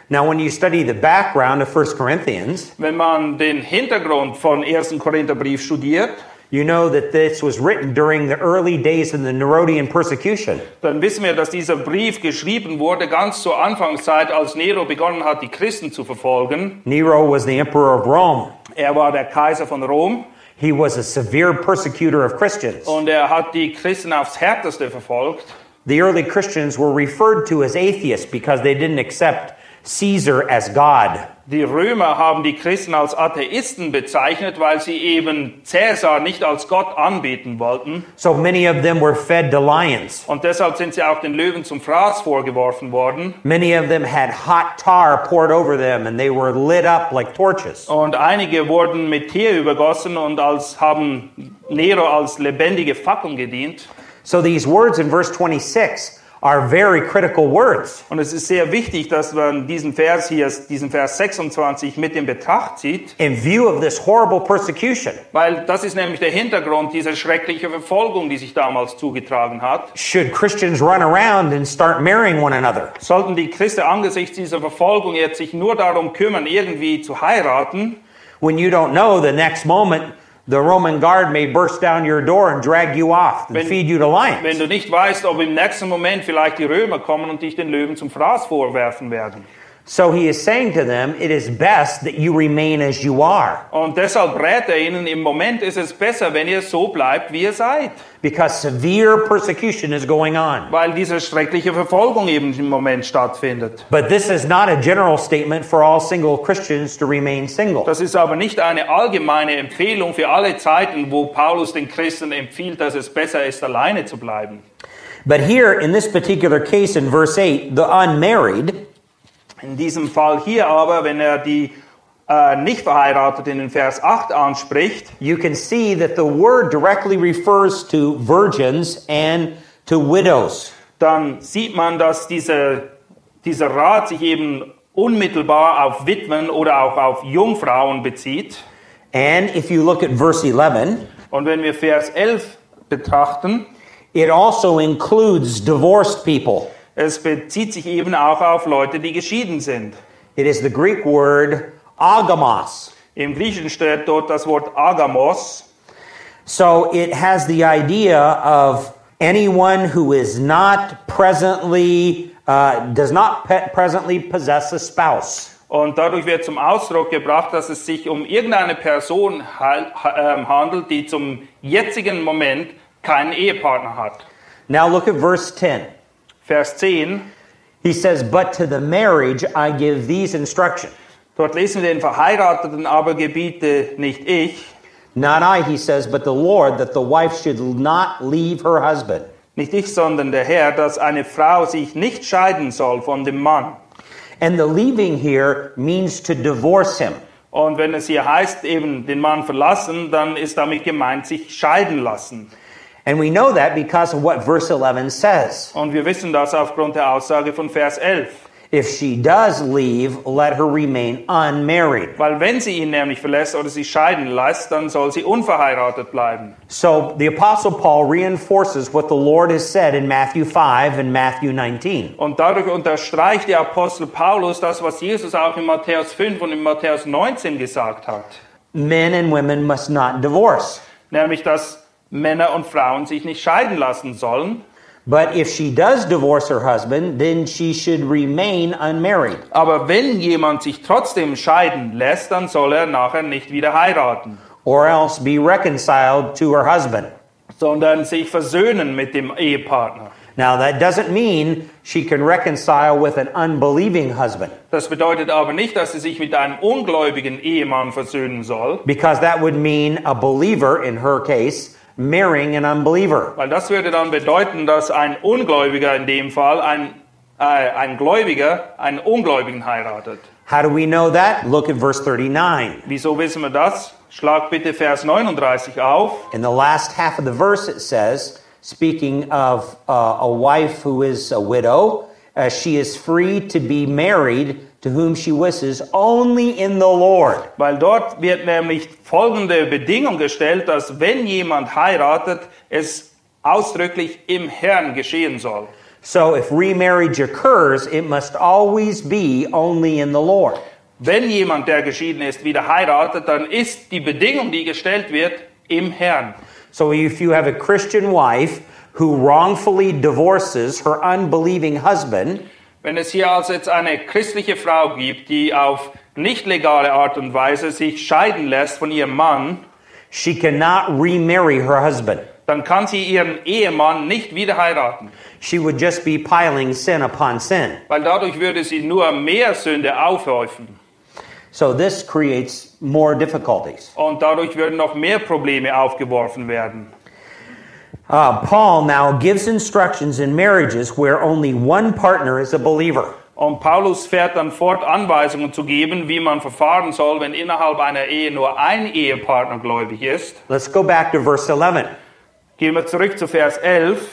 Speaker 1: Now, when you study the background of 1 Corinthians,
Speaker 2: Wenn man den Hintergrund von 1. Korintherbrief studiert,
Speaker 1: you know that this was written during the early days of the Herodian persecution.
Speaker 2: dann wissen wir, dass dieser Brief geschrieben wurde ganz zur Anfangszeit, als Nero begonnen hat, die Christen zu verfolgen.
Speaker 1: Nero was the emperor of Rome.
Speaker 2: Er war der Kaiser von Rom
Speaker 1: He was a severe persecutor of Christians.
Speaker 2: und er hat die Christen aufs härteste verfolgt.
Speaker 1: The early Christians were referred to as atheists because they didn't accept Caesar as God.
Speaker 2: Die Römer haben die Christen als Atheisten bezeichnet, weil sie eben Cäsar nicht als Gott anbeten wollten.
Speaker 1: So many of them were fed to lions.
Speaker 2: Und deshalb sind sie auch den Löwen zum Fraß vorgeworfen worden.
Speaker 1: Many of them had hot tar poured over them and they were lit up like torches.
Speaker 2: Und einige wurden mit Teer übergossen und als, haben Nero als lebendige Fackeln gedient.
Speaker 1: So these words in verse 26 are very critical words.
Speaker 2: Und es ist sehr wichtig, dass man diesen Vers hier, diesen Vers 26 mit in Betracht zieht,
Speaker 1: In view of this horrible persecution,
Speaker 2: weil das ist nämlich der Hintergrund dieser schrecklichen Verfolgung, die sich damals zugetragen hat.
Speaker 1: should Christians run around and start marrying one another?
Speaker 2: Sollten die Christen angesichts dieser Verfolgung jetzt sich nur darum kümmern, irgendwie zu heiraten,
Speaker 1: When you don't know, the next moment the Roman guard may burst down your door and drag you off and
Speaker 2: Wenn-
Speaker 1: feed you to
Speaker 2: wenn
Speaker 1: lions.
Speaker 2: du nicht weißt, ob im nächsten Moment vielleicht die Römer kommen und dich den Löwen zum Fraß vorwerfen werden.
Speaker 1: So he is saying to them, it is best that you remain as you are,
Speaker 2: Und deshalb rät er ihnen, im Moment ist es besser, wenn ihr so bleibt, wie ihr seid,
Speaker 1: because severe persecution is going on.
Speaker 2: weil diese schreckliche Verfolgung eben im Moment stattfindet.
Speaker 1: But this is not a general statement for all single Christians to remain single.
Speaker 2: Das ist aber nicht eine allgemeine Empfehlung für alle Zeiten, wo Paulus den Christen empfiehlt, dass es besser ist, alleine zu bleiben.
Speaker 1: But here, in this particular case in verse 8, the unmarried,
Speaker 2: In diesem Fall hier aber, wenn er die äh, nicht verheirateten in Vers 8 anspricht,
Speaker 1: you can see that the word directly refers to virgins and to widows.
Speaker 2: dann sieht man, dass diese, dieser Rat sich eben unmittelbar auf Witwen oder auch auf Jungfrauen bezieht.
Speaker 1: And if you look at verse 11,
Speaker 2: Und wenn wir Vers 11 betrachten,
Speaker 1: it also includes divorced people.
Speaker 2: es bezieht sich eben auch auf Leute, die geschieden sind.
Speaker 1: It is the Greek word agamos.
Speaker 2: Im Griechischen steht dort das Wort Agamos,
Speaker 1: So it has the idea of anyone who is not presently, uh, does not pe- presently possess a spouse.
Speaker 2: Und dadurch wird zum Ausdruck gebracht, dass es sich um irgendeine Person hal- ha- ähm, handelt, die zum jetzigen Moment keinen Ehepartner hat.
Speaker 1: Now look at verse 10.
Speaker 2: Vers 10,
Speaker 1: He says, But to the marriage I give these instruction.
Speaker 2: dort lesen wir den Verheirateten aber gebiete nicht ich,
Speaker 1: Not I, he says, but the Lord, that the wife should not leave her husband.
Speaker 2: nicht ich, sondern der Herr, dass eine Frau sich nicht scheiden soll von dem Mann.
Speaker 1: And the leaving here means to divorce him.
Speaker 2: Und wenn es hier heißt, eben den Mann verlassen, dann ist damit gemeint, sich scheiden lassen.
Speaker 1: And we know that because of what verse 11 says.
Speaker 2: Und wir wissen das aufgrund der Aussage von Vers 11.
Speaker 1: If she does leave, let her remain unmarried.
Speaker 2: Weil wenn sie ihn nämlich verlässt oder sie scheiden lässt, dann soll sie unverheiratet bleiben.
Speaker 1: So the Apostle Paul reinforces what the Lord has said in Matthew 5 and Matthew 19.
Speaker 2: Und dadurch unterstreicht der Apostel Paulus das, was Jesus auch in Matthäus 5 und in Matthäus 19 gesagt hat.
Speaker 1: Men and women must not divorce.
Speaker 2: Nämlich, dass Männer und Frauen sich nicht scheiden lassen sollen.
Speaker 1: But if she does divorce her husband, then she should remain unmarried.
Speaker 2: Aber wenn jemand sich trotzdem scheiden lässt, dann soll er nachher nicht wieder heiraten,
Speaker 1: or else be reconciled to her husband.
Speaker 2: sondern sich versöhnen mit dem Ehepartner.
Speaker 1: Now, that doesn't mean she can reconcile with an unbelieving husband,
Speaker 2: Das bedeutet aber nicht, dass sie sich mit einem ungläubigen Ehemann versöhnen soll.
Speaker 1: because that would mean a believer, in her case, marrying an unbeliever.
Speaker 2: Weil das würde dann bedeuten, dass ein Ungläubiger in dem Fall, ein, äh, ein Gläubiger, einen Ungläubigen heiratet.
Speaker 1: How do we know that? Look at verse 39.
Speaker 2: Wieso wissen wir das? Schlag bitte Vers 39 auf.
Speaker 1: In the last half of the verse, it says, speaking of uh, a wife who is a widow, uh, she is free to be married to whom she wishes only in the Lord.
Speaker 2: Weil dort wird nämlich folgende Bedingung gestellt, dass wenn jemand heiratet, es ausdrücklich im Herrn geschehen soll.
Speaker 1: So if remarriage occurs, it must always be only in the Lord.
Speaker 2: Wenn jemand, der geschieden ist, wieder heiratet, dann ist die Bedingung, die gestellt wird, im Herrn.
Speaker 1: So if you have a Christian wife who wrongfully divorces her unbelieving husband,
Speaker 2: Wenn es hier also jetzt eine christliche Frau gibt, die auf nicht legale Art und Weise sich scheiden lässt von ihrem Mann,
Speaker 1: she cannot remarry her husband.
Speaker 2: dann kann sie ihren Ehemann nicht wieder heiraten,
Speaker 1: She would just be piling sin upon sin.
Speaker 2: weil dadurch würde sie nur mehr Sünde aufhäufen.
Speaker 1: So this creates more difficulties.
Speaker 2: Und dadurch würden noch mehr Probleme aufgeworfen werden.
Speaker 1: Uh, Paul now gives instructions in marriages where only one partner is a believer.
Speaker 2: Und Paulus fährt dann fort, Anweisungen zu geben, wie man verfahren soll, wenn innerhalb einer Ehe nur ein Ehepartner gläubig ist.
Speaker 1: Let's go back to verse 11.
Speaker 2: Gehen wir zurück zu Vers 11.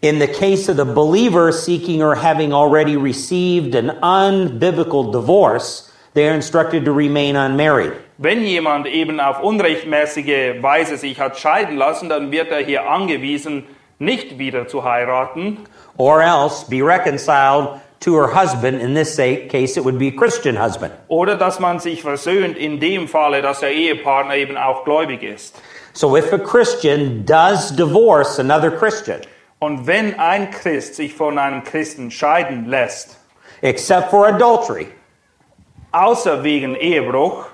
Speaker 1: In the case of the believer seeking or having already received an unbiblical divorce, they are instructed to remain unmarried.
Speaker 2: Wenn jemand eben auf unrechtmäßige Weise sich hat scheiden lassen, dann wird er hier angewiesen, nicht wieder zu heiraten
Speaker 1: or else be reconciled to her husband. In this sa- case, it would be a Christian husband.
Speaker 2: oder dass man sich versöhnt in dem Falle, dass der Ehepartner eben auch gläubig ist.
Speaker 1: So if a Christian does divorce another Christian,
Speaker 2: Und wenn ein Christ sich von einem Christen scheiden lässt,
Speaker 1: except for adultery,
Speaker 2: außer wegen Ehebruch,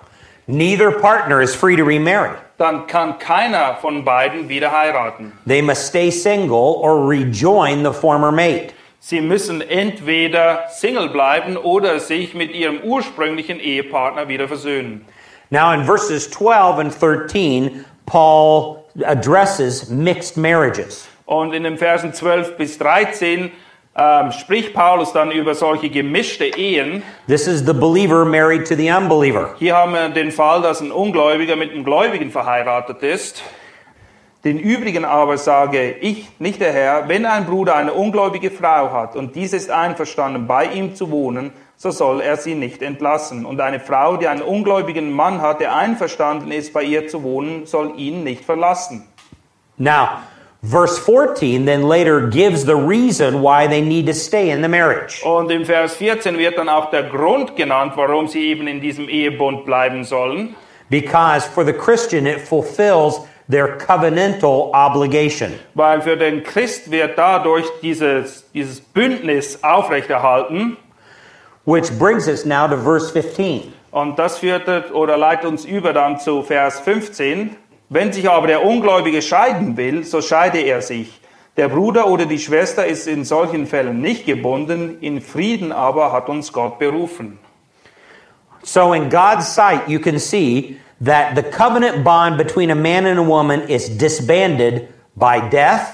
Speaker 1: neither partner is free to remarry.
Speaker 2: dann kann keiner von beiden wieder heiraten.
Speaker 1: They must stay single or rejoin the former mate.
Speaker 2: Sie müssen entweder Single bleiben oder sich mit ihrem ursprünglichen Ehepartner wieder versöhnen.
Speaker 1: Now, in verses 12 and 13, Paul addresses mixed marriages.
Speaker 2: Und in den Versen 12 bis 13 ähm, spricht Paulus dann über solche gemischte Ehen.
Speaker 1: This is the believer married to the unbeliever.
Speaker 2: Hier haben wir den Fall, dass ein Ungläubiger mit einem Gläubigen verheiratet ist. Den übrigen aber sage ich, nicht der Herr, wenn ein Bruder eine ungläubige Frau hat und dies ist einverstanden, bei ihm zu wohnen, so soll er sie nicht entlassen. Und eine Frau, die einen ungläubigen Mann hat, der einverstanden ist, bei ihr zu wohnen, soll ihn nicht verlassen.
Speaker 1: Now, verse 14 then later gives the reason why they need to stay in the marriage.
Speaker 2: Und im Vers 14 wird dann auch der Grund genannt, warum sie eben in diesem Ehebund bleiben sollen.
Speaker 1: Because for the Christian, it fulfills their covenantal obligation.
Speaker 2: Weil für den Christ wird dadurch dieses, dieses Bündnis aufrechterhalten.
Speaker 1: Which brings us now to verse 15.
Speaker 2: Und das führt oder leitet uns über dann zu Vers 15. Wenn sich aber der Ungläubige scheiden will, so scheide er sich. Der Bruder oder die Schwester ist in solchen Fällen nicht gebunden, in Frieden aber hat uns Gott berufen.
Speaker 1: So, in God's sight, you can see that the covenant bond between a man and a woman is disbanded by death,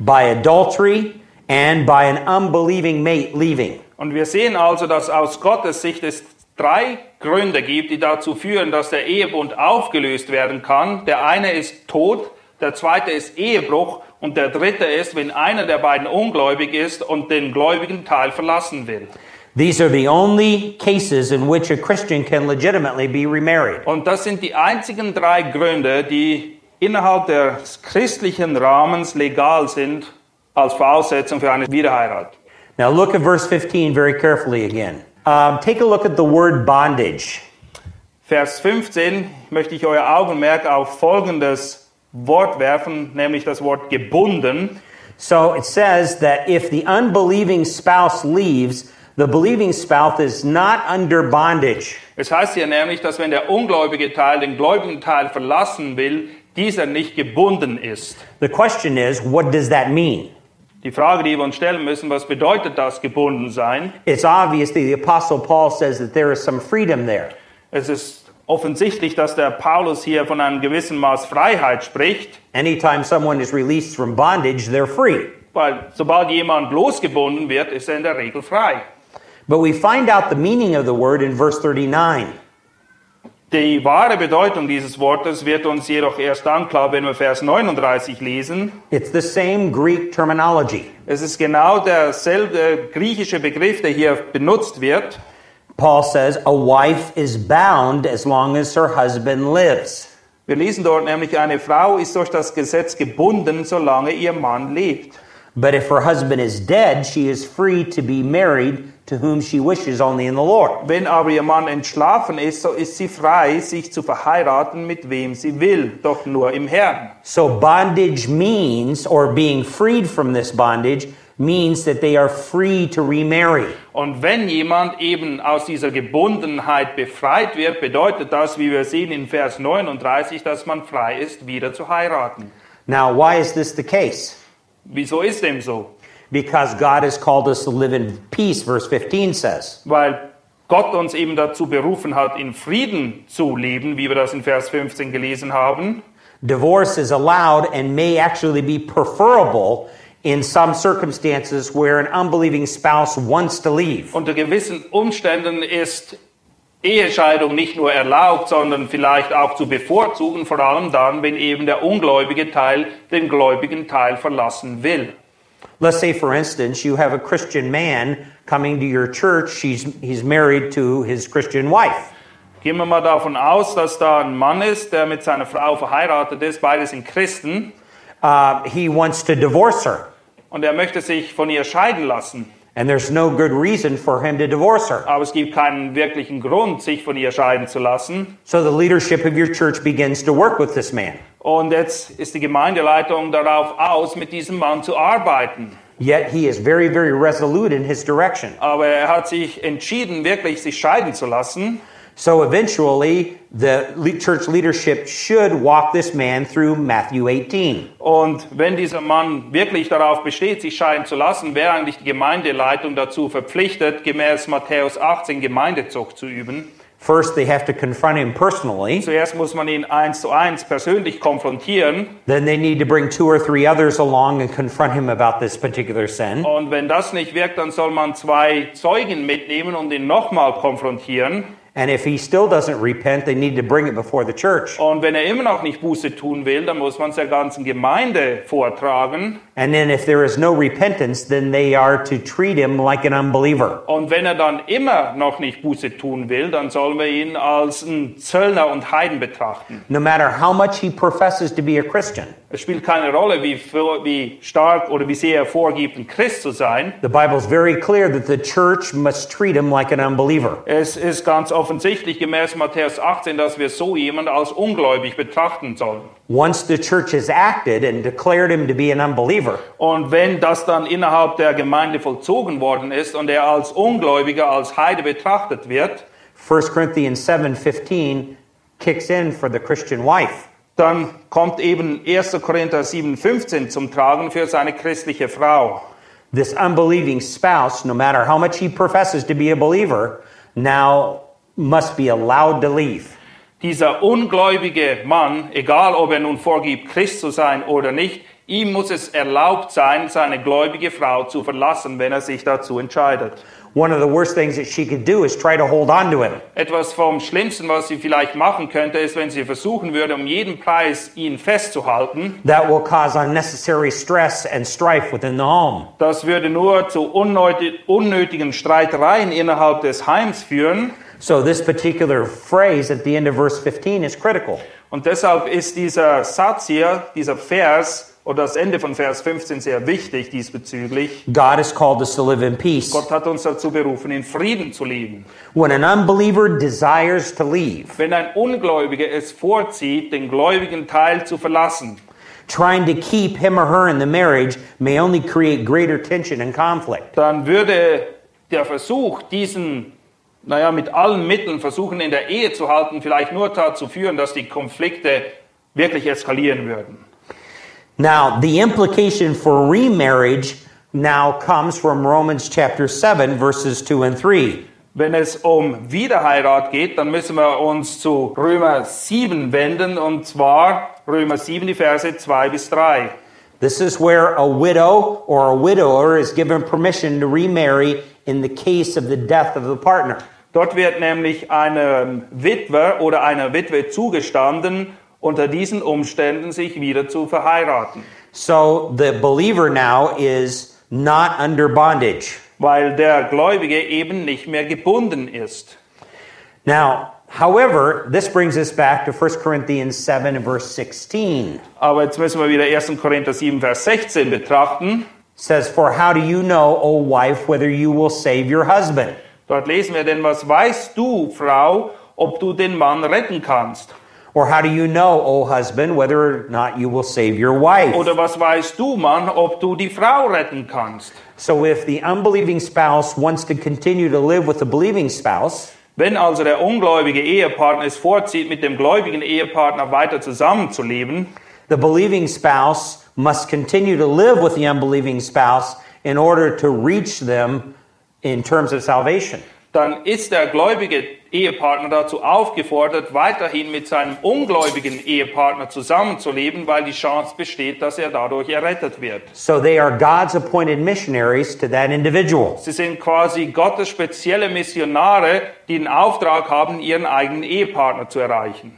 Speaker 1: by adultery, and by an unbelieving mate leaving.
Speaker 2: Und wir sehen also, dass aus Gottes Sicht es drei Gründe gibt, die dazu führen, dass der Ehebund aufgelöst werden kann. Der eine ist Tod, der zweite ist Ehebruch und der dritte ist, wenn einer der beiden ungläubig ist und den gläubigen Teil verlassen will.
Speaker 1: These are the only cases in which a Christian can legitimately be remarried.
Speaker 2: Und das sind die einzigen drei Gründe, die innerhalb des christlichen Rahmens legal sind als Voraussetzung für eine Wiederheirat.
Speaker 1: Now, look at verse 15 very carefully again. Um, take a look at the word bondage.
Speaker 2: Vers 15 möchte ich euer Augenmerk auf folgendes Wort werfen, nämlich das Wort gebunden.
Speaker 1: So it says that if the unbelieving spouse leaves, the believing spouse is not under bondage.
Speaker 2: Es heißt hier nämlich, dass wenn der ungläubige Teil den gläubigen Teil verlassen will, dieser nicht gebunden ist.
Speaker 1: The question is, what does that mean?
Speaker 2: Die Frage, die wir uns stellen müssen, was bedeutet das gebunden sein?
Speaker 1: It's obvious that the Apostle Paul says that there is some freedom there.
Speaker 2: Es ist offensichtlich, dass der Paulus hier von einem gewissen Maß Freiheit spricht,
Speaker 1: Anytime someone is released from bondage, they're free.
Speaker 2: weil sobald jemand losgebunden wird, ist er in der Regel frei.
Speaker 1: But we find out the meaning of the word in verse 39.
Speaker 2: Die wahre Bedeutung dieses Wortes wird uns jedoch erst dann klar, wenn wir Vers 39 lesen.
Speaker 1: It's the same Greek terminology.
Speaker 2: Es ist genau derselbe griechische Begriff, der hier benutzt wird.
Speaker 1: Paul says, a wife is bound as long as her husband lives.
Speaker 2: Wir lesen dort nämlich, eine Frau ist durch das Gesetz gebunden, solange ihr Mann lebt.
Speaker 1: But if her husband is dead, she is free to be married to whom she wishes only in the Lord.
Speaker 2: Wenn aber ihr Mann entschlafen ist, so ist sie frei, sich zu verheiraten, mit wem sie will, doch nur im Herrn.
Speaker 1: So bondage means, or being freed from this bondage, means that they are free to remarry.
Speaker 2: Und wenn jemand eben aus dieser Gebundenheit befreit wird, bedeutet das, wie wir sehen in Vers 39, dass man frei ist, wieder zu heiraten.
Speaker 1: Now, why is this the case?
Speaker 2: Wieso ist dem so?
Speaker 1: Because God has called us to live in peace, verse 15 says.
Speaker 2: Weil Gott uns eben dazu berufen hat, in Frieden zu leben, wie wir das in Vers 15 gelesen haben,
Speaker 1: Divorce is allowed and may actually be preferable in some circumstances where an unbelieving spouse wants to leave.
Speaker 2: unter gewissen Umständen ist Ehescheidung nicht nur erlaubt, sondern vielleicht auch zu bevorzugen, vor allem dann, wenn eben der ungläubige Teil den gläubigen Teil verlassen will.
Speaker 1: Let's say, for instance, you have a Christian man coming to your church, She's, he's married to his Christian wife.
Speaker 2: Gehen wir mal davon aus, dass da ein Mann ist, der mit seiner Frau verheiratet ist, beide sind Christen,
Speaker 1: Uh, he wants to divorce her,
Speaker 2: und er möchte sich von ihr scheiden lassen.
Speaker 1: and there's no good reason for him to divorce her.
Speaker 2: Aber es gibt keinen wirklichen Grund, sich von ihr scheiden zu lassen.
Speaker 1: So the leadership of your church begins to work with this man.
Speaker 2: Und jetzt ist die Gemeindeleitung darauf aus, mit diesem Mann zu arbeiten.
Speaker 1: Yet he is very, very resolute in his direction.
Speaker 2: Aber er hat sich entschieden, wirklich sich scheiden zu lassen.
Speaker 1: So eventually, the le- church leadership should walk this man through Matthew 18.
Speaker 2: Und wenn dieser Mann wirklich darauf besteht, sich scheiden zu lassen, wäre eigentlich die Gemeindeleitung dazu verpflichtet, gemäß Matthäus 18 Gemeindezucht zu üben.
Speaker 1: First, they have to confront him personally.
Speaker 2: Zuerst muss man ihn eins zu eins persönlich konfrontieren.
Speaker 1: Then they need to bring two or three others along and confront him about this particular sin.
Speaker 2: Und wenn das nicht wirkt, dann soll man zwei Zeugen mitnehmen und ihn nochmal konfrontieren.
Speaker 1: And if he still doesn't repent, they need to bring it before the church.
Speaker 2: Und wenn er immer noch nicht Buße tun will, dann muss man es der ganzen Gemeinde vortragen.
Speaker 1: And then if there is no repentance, then they are to treat him like an unbeliever.
Speaker 2: Und wenn er dann immer noch nicht Buße tun will, dann sollen wir ihn als einen Zöllner und Heiden betrachten.
Speaker 1: No matter how much he professes to be a Christian,
Speaker 2: Es spielt keine Rolle, wie, vor- wie stark oder wie sehr er vorgibt, ein Christ zu sein.
Speaker 1: the Bible's very clear that the church must treat him like an unbeliever.
Speaker 2: Es ist ganz offensichtlich gemäß Matthäus 18, dass wir so jemanden als ungläubig betrachten sollen.
Speaker 1: Once the church has acted and declared him to be an unbeliever,
Speaker 2: Und wenn das dann innerhalb der Gemeinde vollzogen worden ist und er als Ungläubiger, als Heide betrachtet wird,
Speaker 1: 1 Corinthians 7:15 kicks in for the Christian wife.
Speaker 2: Dann kommt eben 1. Korinther 7,15 zum Tragen für seine christliche Frau.
Speaker 1: This unbelieving spouse, no matter how much he professes to be a believer, now must be allowed to leave.
Speaker 2: Dieser ungläubige Mann, egal ob er nun vorgibt, Christ zu sein oder nicht, ihm muss es erlaubt sein, seine gläubige Frau zu verlassen, wenn er sich dazu entscheidet.
Speaker 1: One of the worst things that she could do is try to hold on to him.
Speaker 2: Etwas vom Schlimmsten, was sie vielleicht machen könnte, ist, wenn sie versuchen würde, um jeden Preis ihn festzuhalten.
Speaker 1: That will cause unnecessary stress and strife within the home.
Speaker 2: Das würde nur zu unnöti- unnötigen Streitereien innerhalb des Heims führen.
Speaker 1: So, this particular phrase at the end of verse 15 is critical.
Speaker 2: Und deshalb ist dieser Satz hier, dieser Vers oder das Ende von Vers 15 sehr wichtig diesbezüglich.
Speaker 1: God is called us to live in peace.
Speaker 2: Gott hat uns dazu berufen, in Frieden zu leben.
Speaker 1: When an unbeliever desires to leave,
Speaker 2: Wenn ein Ungläubiger es vorzieht, den gläubigen Teil zu verlassen,
Speaker 1: trying to keep him or her in the marriage may only create greater tension and conflict.
Speaker 2: dann würde der Versuch, diesen, naja, mit allen Mitteln versuchen, in der Ehe zu halten, vielleicht nur dazu führen, dass die Konflikte wirklich eskalieren würden.
Speaker 1: Now, the implication for remarriage now comes from Romans chapter 7, verses 2 and 3.
Speaker 2: Wenn es um Wiederheirat geht, dann müssen wir uns zu Römer 7 wenden, und zwar Römer 7, die Verse 2 bis 3.
Speaker 1: This is where a widow or a widower is given permission to remarry in the case of the death of the partner.
Speaker 2: Dort wird nämlich einem Witwer oder einer Witwe zugestanden, unter diesen Umständen sich wieder zu verheiraten,
Speaker 1: So the believer now is not under bondage.
Speaker 2: weil der Gläubige eben nicht mehr gebunden ist.
Speaker 1: Now, however, this brings us back to 1 Corinthians 7 and verse 16. It
Speaker 2: Aber jetzt müssen wir wieder 1. Korinther 7, Vers 16 betrachten.
Speaker 1: says, For how do you know, O wife, whether you will save your husband?
Speaker 2: Dort lesen wir, denn was weißt du, Frau, ob du den Mann retten kannst?
Speaker 1: Or how do you know, O husband, whether or not you will save your wife?
Speaker 2: Oder was weißt du, Mann, ob du die Frau retten kannst?
Speaker 1: So if the unbelieving spouse wants to continue to live with the believing spouse,
Speaker 2: Wenn also der ungläubige Ehepartner es vorzieht, mit dem gläubigen Ehepartner weiter zusammenzuleben,
Speaker 1: the believing spouse must continue to live with the unbelieving spouse in order to reach them in terms of salvation.
Speaker 2: dann ist der gläubige Ehepartner dazu aufgefordert, weiterhin mit seinem ungläubigen Ehepartner zusammenzuleben, weil die Chance besteht, dass er dadurch errettet wird.
Speaker 1: So they are God's appointed missionaries to that individual.
Speaker 2: Sie sind quasi Gottes spezielle Missionare, die den Auftrag haben, ihren eigenen Ehepartner zu erreichen.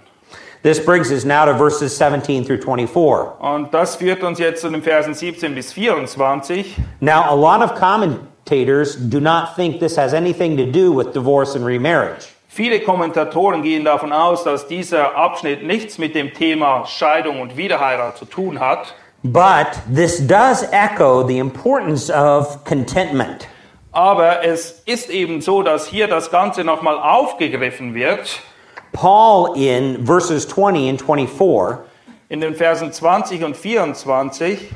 Speaker 1: This brings us now to verses 17 through 24.
Speaker 2: Und das führt uns jetzt zu den Versen 17 bis 24.
Speaker 1: Now, a lot of commentators do not think this has anything to do with divorce and remarriage.
Speaker 2: Viele Kommentatoren gehen davon aus, dass dieser Abschnitt nichts mit dem Thema Scheidung und Wiederheirat zu tun hat.
Speaker 1: But this does echo the importance of contentment.
Speaker 2: Aber es ist eben so, dass hier das Ganze nochmal aufgegriffen wird.
Speaker 1: Paul, in verses 20 and 24,
Speaker 2: In den Versen 20 und 24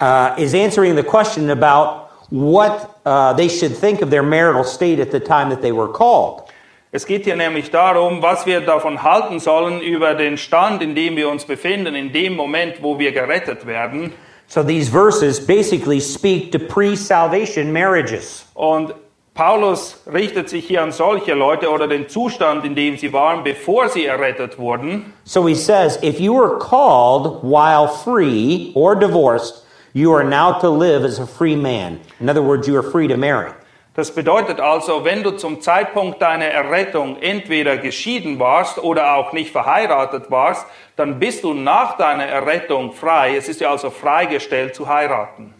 Speaker 1: uh, is answering the question about what uh, they should think of their marital state at the time that they were called.
Speaker 2: Es geht hier nämlich darum, was wir davon halten sollen über den Stand, in dem wir uns befinden, in dem Moment, wo wir gerettet werden.
Speaker 1: So these verses basically speak to pre salvation marriages.
Speaker 2: Und Paulus richtet sich hier an solche Leute oder den Zustand, in dem sie waren, bevor sie errettet wurden.
Speaker 1: So he says, if you were called while free or divorced, you are now to live as a free man. In other words, you are free to marry.
Speaker 2: Das bedeutet also, wenn du zum Zeitpunkt deiner Errettung entweder geschieden warst oder auch nicht verheiratet warst, dann bist du nach deiner Errettung frei. Es ist dir also freigestellt zu heiraten.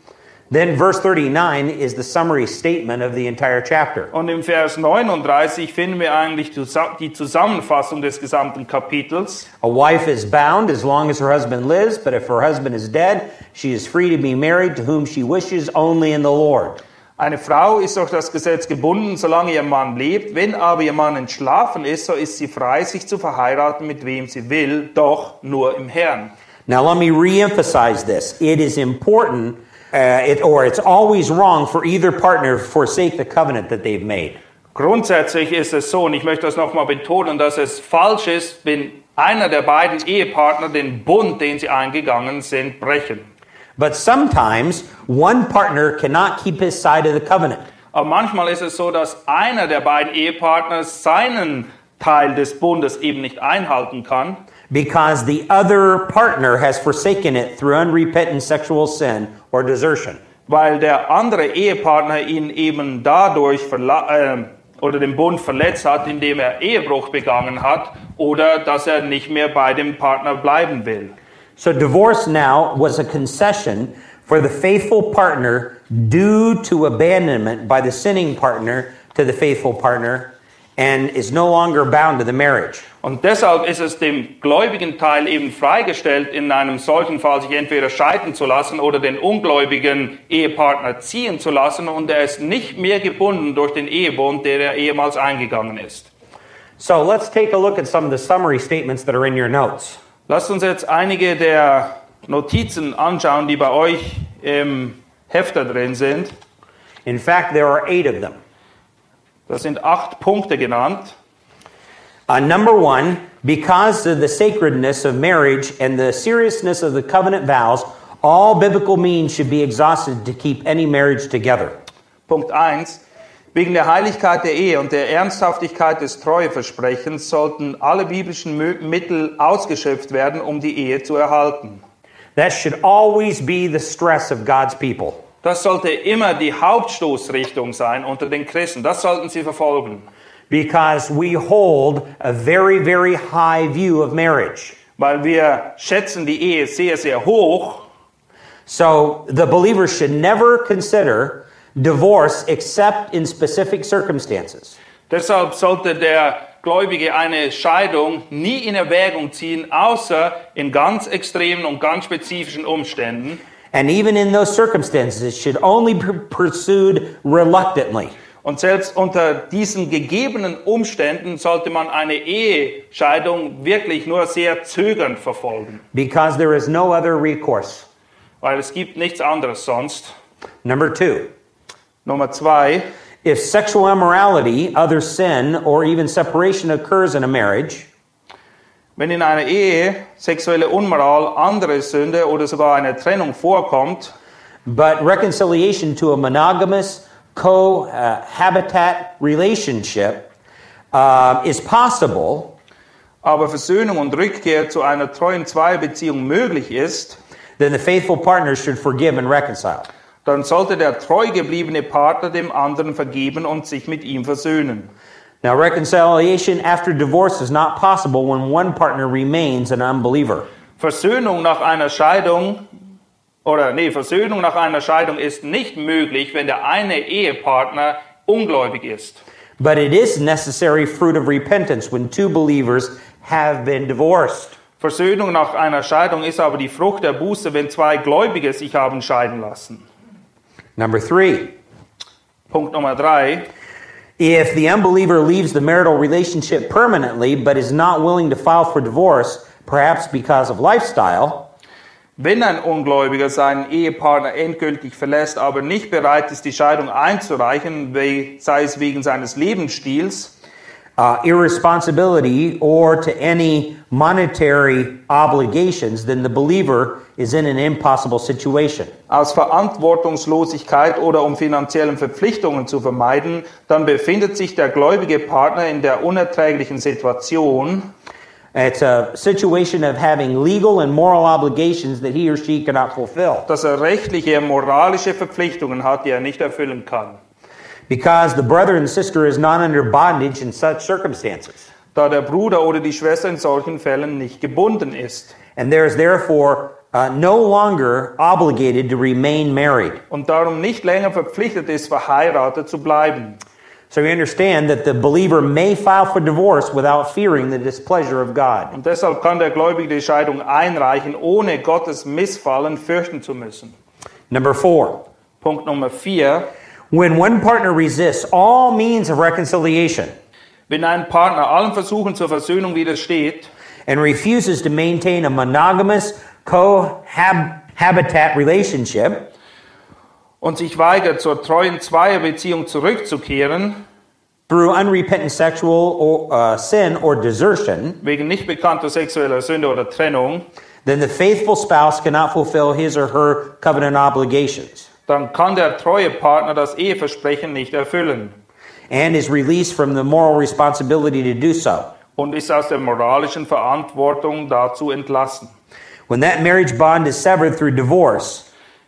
Speaker 1: Then verse 39 is the summary statement of the entire chapter.
Speaker 2: Und im Vers 39 finden wir eigentlich zusa- die Zusammenfassung des gesamten Kapitels.
Speaker 1: A wife is bound as long as her husband lives, but if her husband is dead, she is free to be married to whom she wishes only in the Lord.
Speaker 2: Eine Frau ist durch das Gesetz gebunden, solange ihr Mann lebt. Wenn aber ihr Mann entschlafen ist, so ist sie frei, sich zu verheiraten, mit wem sie will, doch nur im Herrn.
Speaker 1: Now let me reemphasize this. It is important uh, it, or it's always wrong for either partner to forsake the covenant that they've made.
Speaker 2: Grundsätzlich ist es so, und ich möchte das nochmal betonen, dass es falsch ist, wenn einer der beiden Ehepartner den Bund, den sie eingegangen sind, brechen.
Speaker 1: But sometimes one partner cannot keep his side of the covenant.
Speaker 2: Aber manchmal ist es so, dass einer der beiden Ehepartner seinen Teil des Bundes eben nicht einhalten kann,
Speaker 1: because the other partner has forsaken it through unrepentant sexual sin or desertion.
Speaker 2: weil der andere Ehepartner ihn eben dadurch verla äh, oder den Bund verletzt hat, indem er Ehebruch begangen hat oder dass er nicht mehr bei dem Partner bleiben will.
Speaker 1: So, divorce now was a concession for the faithful partner due to abandonment by the sinning partner to the faithful partner and is no longer bound to the marriage.
Speaker 2: Und deshalb ist es dem gläubigen Teil eben freigestellt, in einem solchen Fall sich entweder scheiden zu lassen oder den ungläubigen Ehepartner ziehen zu lassen und er ist nicht mehr gebunden durch den Ehebund, der er ehemals eingegangen ist.
Speaker 1: So, let's take a look at some of the summary statements that are in your notes.
Speaker 2: Lasst uns jetzt einige der Notizen anschauen, die bei euch im Hefter drin sind.
Speaker 1: In fact, there are eight of them.
Speaker 2: Das sind acht Punkte genannt.
Speaker 1: Uh, number one, because of the sacredness of marriage and the seriousness of the covenant vows, all biblical means should be exhausted to keep any marriage together.
Speaker 2: Punkt 1. Wegen der Heiligkeit der Ehe und der Ernsthaftigkeit des Treueversprechens sollten alle biblischen Mö- Mittel ausgeschöpft werden, um die Ehe zu erhalten.
Speaker 1: That should always be the stress of God's people.
Speaker 2: Das sollte immer die Hauptstoßrichtung sein unter den Christen. Das sollten sie verfolgen,
Speaker 1: Because we hold a very, very high view of marriage.
Speaker 2: weil wir schätzen die Ehe sehr, sehr hoch.
Speaker 1: So the believer should never consider divorce except in specific circumstances.
Speaker 2: Deshalb sollte der Gläubige eine Scheidung nie in Erwägung ziehen, außer in ganz extremen und ganz spezifischen Umständen.
Speaker 1: And even in those circumstances, it should only be pursued reluctantly.
Speaker 2: Und selbst unter diesen gegebenen Umständen sollte man eine Ehescheidung wirklich nur sehr zögernd verfolgen,
Speaker 1: because there is no other recourse.
Speaker 2: weil es gibt nichts anderes sonst.
Speaker 1: Number two,
Speaker 2: Nummer zwei,
Speaker 1: if sexual immorality, other sin, or even separation occurs in a marriage,
Speaker 2: wenn in einer Ehe sexuelle Unmoral, andere Sünde oder sogar eine Trennung vorkommt,
Speaker 1: but reconciliation to a monogamous, cohabitat relationship uh, is possible
Speaker 2: aber Versöhnung und Rückkehr zu einer treuen Zweierbeziehung möglich ist,
Speaker 1: then the faithful partner should forgive and reconcile.
Speaker 2: dann sollte der treu gebliebene Partner dem anderen vergeben und sich mit ihm versöhnen.
Speaker 1: Now, reconciliation after divorce is not possible when one partner remains an unbeliever.
Speaker 2: Versöhnung nach einer Scheidung oder nee, Versöhnung nach einer Scheidung ist nicht möglich, wenn der eine Ehepartner ungläubig ist.
Speaker 1: But it is necessary fruit of repentance when two believers have been divorced.
Speaker 2: Versöhnung nach einer Scheidung ist aber die Frucht der Buße, wenn zwei Gläubige sich haben scheiden lassen.
Speaker 1: Number three,
Speaker 2: Punkt Nummer drei.
Speaker 1: if the unbeliever leaves the marital relationship permanently but is not willing to file for divorce, perhaps because of lifestyle,
Speaker 2: Wenn ein Ungläubiger seinen Ehepartner endgültig verlässt, aber nicht bereit ist, die Scheidung einzureichen, we- sei es wegen seines Lebensstils
Speaker 1: uh, irresponsibility, or to any monetary obligations, then the believer is in an impossible situation.
Speaker 2: aus Verantwortungslosigkeit oder um finanziellen Verpflichtungen zu vermeiden, dann befindet sich der gläubige Partner in der unerträglichen Situation,
Speaker 1: It's a situation of having legal and moral obligations that he or she cannot fulfill.
Speaker 2: dass er rechtliche, moralische Verpflichtungen hat, die er nicht erfüllen kann,
Speaker 1: Because the brother and sister is not under bondage in such circumstances.
Speaker 2: da der Bruder oder die Schwester in solchen Fällen nicht gebunden ist.
Speaker 1: And there is therefore uh, no longer obligated to remain married.
Speaker 2: und darum nicht länger verpflichtet ist, verheiratet zu bleiben.
Speaker 1: So we understand that the believer may file for divorce without fearing the displeasure of God.
Speaker 2: Und deshalb kann der Gläubige die Scheidung einreichen, ohne Gottes Missfallen fürchten zu müssen.
Speaker 1: Number four,
Speaker 2: Punkt Nummer vier:
Speaker 1: when one partner resists all means of reconciliation
Speaker 2: Wenn ein Partner allen Versuchen zur Versöhnung widersteht
Speaker 1: and refuses to maintain a monogamous cohabitat relationship,
Speaker 2: und sich weigert, zur treuen Zweierbeziehung zurückzukehren,
Speaker 1: through unrepentant sexual or, uh, sin or desertion,
Speaker 2: wegen nicht bekannter sexueller Sünde oder Trennung,
Speaker 1: then the faithful spouse cannot fulfill his or her covenant obligations
Speaker 2: dann kann der treue Partner das Eheversprechen nicht erfüllen
Speaker 1: and is released from the moral responsibility to do so.
Speaker 2: und ist aus der moralischen Verantwortung dazu entlassen.
Speaker 1: When that marriage bond is severed through divorce,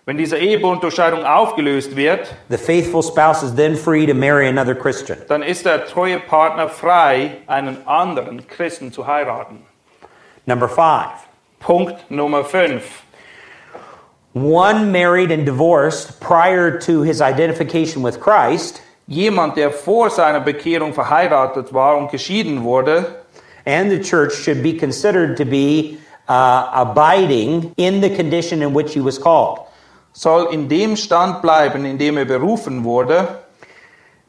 Speaker 2: Wenn dieser Ehebund durch Scheidung aufgelöst wird,
Speaker 1: the faithful spouse is then free to marry another Christian.
Speaker 2: dann ist der treue Partner frei, einen anderen Christen zu heiraten.
Speaker 1: Number five,
Speaker 2: Punkt Nummer 5.
Speaker 1: one married and divorced prior to his identification with Christ
Speaker 2: Jemand, der vor seiner Bekehrung verheiratet war und geschieden wurde,
Speaker 1: and the church should be considered to be uh, abiding in the condition in which he was called.
Speaker 2: soll in dem Stand bleiben, in dem er berufen wurde,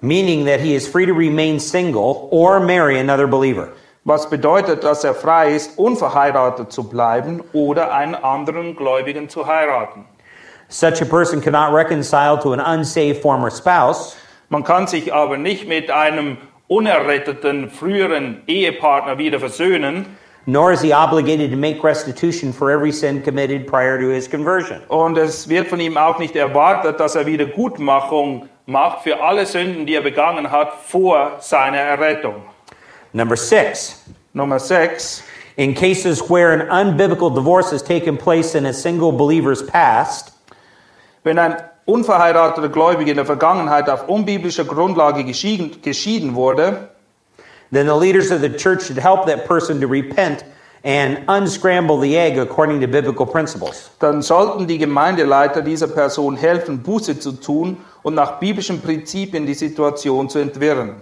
Speaker 1: meaning that he is free to remain single or marry another believer.
Speaker 2: was bedeutet, dass er frei ist, unverheiratet zu bleiben oder einen anderen Gläubigen zu heiraten.
Speaker 1: Such a person cannot reconcile to an unsaved former spouse,
Speaker 2: Man kann sich aber nicht mit einem unerretteten früheren Ehepartner wieder versöhnen,
Speaker 1: nor is he obligated to make restitution for every sin committed prior to his conversion.
Speaker 2: Und es wird von ihm auch nicht erwartet, dass er Wiedergutmachung macht für alle Sünden, die er begangen hat vor seiner Errettung.
Speaker 1: Number six,
Speaker 2: Nummer 6.
Speaker 1: in cases where an unbiblical divorce has taken place in a single believer's past,
Speaker 2: Wenn ein unverheirateter Gläubiger in der Vergangenheit auf unbiblischer Grundlage geschieden, geschieden wurde,
Speaker 1: then the leaders of the church should help that person to repent and unscramble the egg according to biblical principles.
Speaker 2: dann sollten die Gemeindeleiter dieser Person helfen, Buße zu tun und nach biblischen Prinzipien die Situation zu entwirren.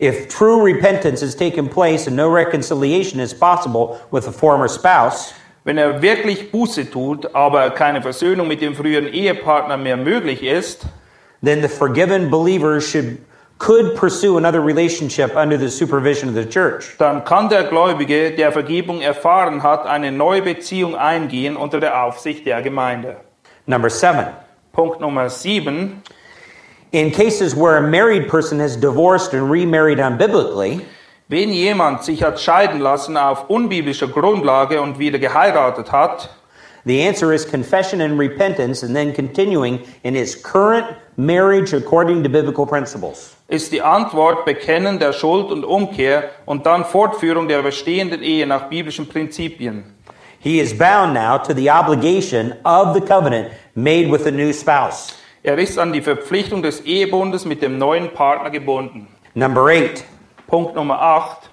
Speaker 1: If true repentance has taken place and no reconciliation is possible with a former spouse,
Speaker 2: Wenn er wirklich Buße tut, aber keine Versöhnung mit dem früheren Ehepartner mehr möglich ist,
Speaker 1: then the forgiven believer should could pursue another relationship under the supervision of the church.
Speaker 2: dann kann der Gläubige, der Vergebung erfahren hat, eine neue Beziehung eingehen unter der Aufsicht der Gemeinde.
Speaker 1: Number 7.
Speaker 2: Punkt Nummer 7.
Speaker 1: In cases where a married person has divorced and remarried unbiblically,
Speaker 2: Wenn jemand sich hat scheiden lassen auf unbiblischer Grundlage und wieder geheiratet hat,
Speaker 1: The answer is confession and repentance, and then continuing in his current marriage according to biblical principles.
Speaker 2: ist die Antwort Bekennen der Schuld und Umkehr und dann Fortführung der bestehenden Ehe nach biblischen Prinzipien.
Speaker 1: He is bound now to the obligation of the covenant made with the new spouse.
Speaker 2: Er ist an die Verpflichtung des Ehebundes mit dem neuen Partner gebunden.
Speaker 1: Number eight,
Speaker 2: Punkt Nummer 8.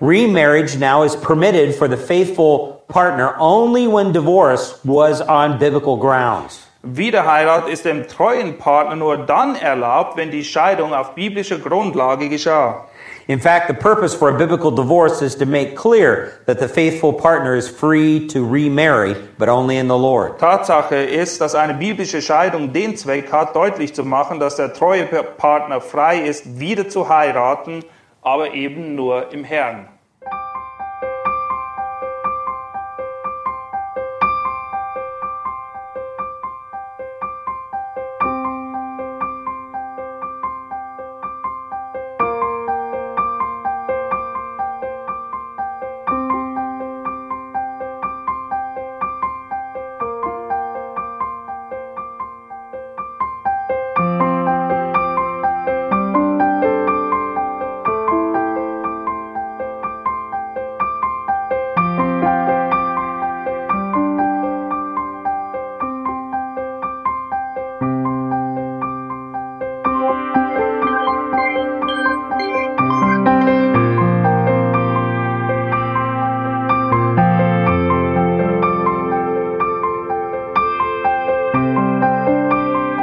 Speaker 1: remarriage now is permitted for the faithful partner only when divorce was on biblical grounds.
Speaker 2: Wiederheirat ist dem treuen Partner nur dann erlaubt, wenn die Scheidung auf biblischer Grundlage geschah.
Speaker 1: In fact, the purpose for a biblical divorce is to make clear that the faithful partner is free to remarry, but only in the Lord.
Speaker 2: Tatsache ist, dass eine biblische Scheidung den Zweck hat, deutlich zu machen, dass der treue Partner frei ist, wieder zu heiraten, aber eben nur im Herrn.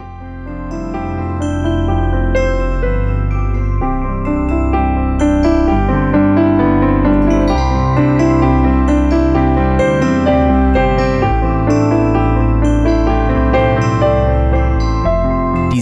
Speaker 3: Die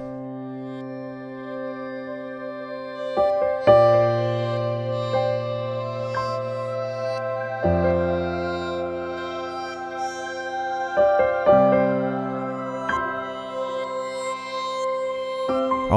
Speaker 3: E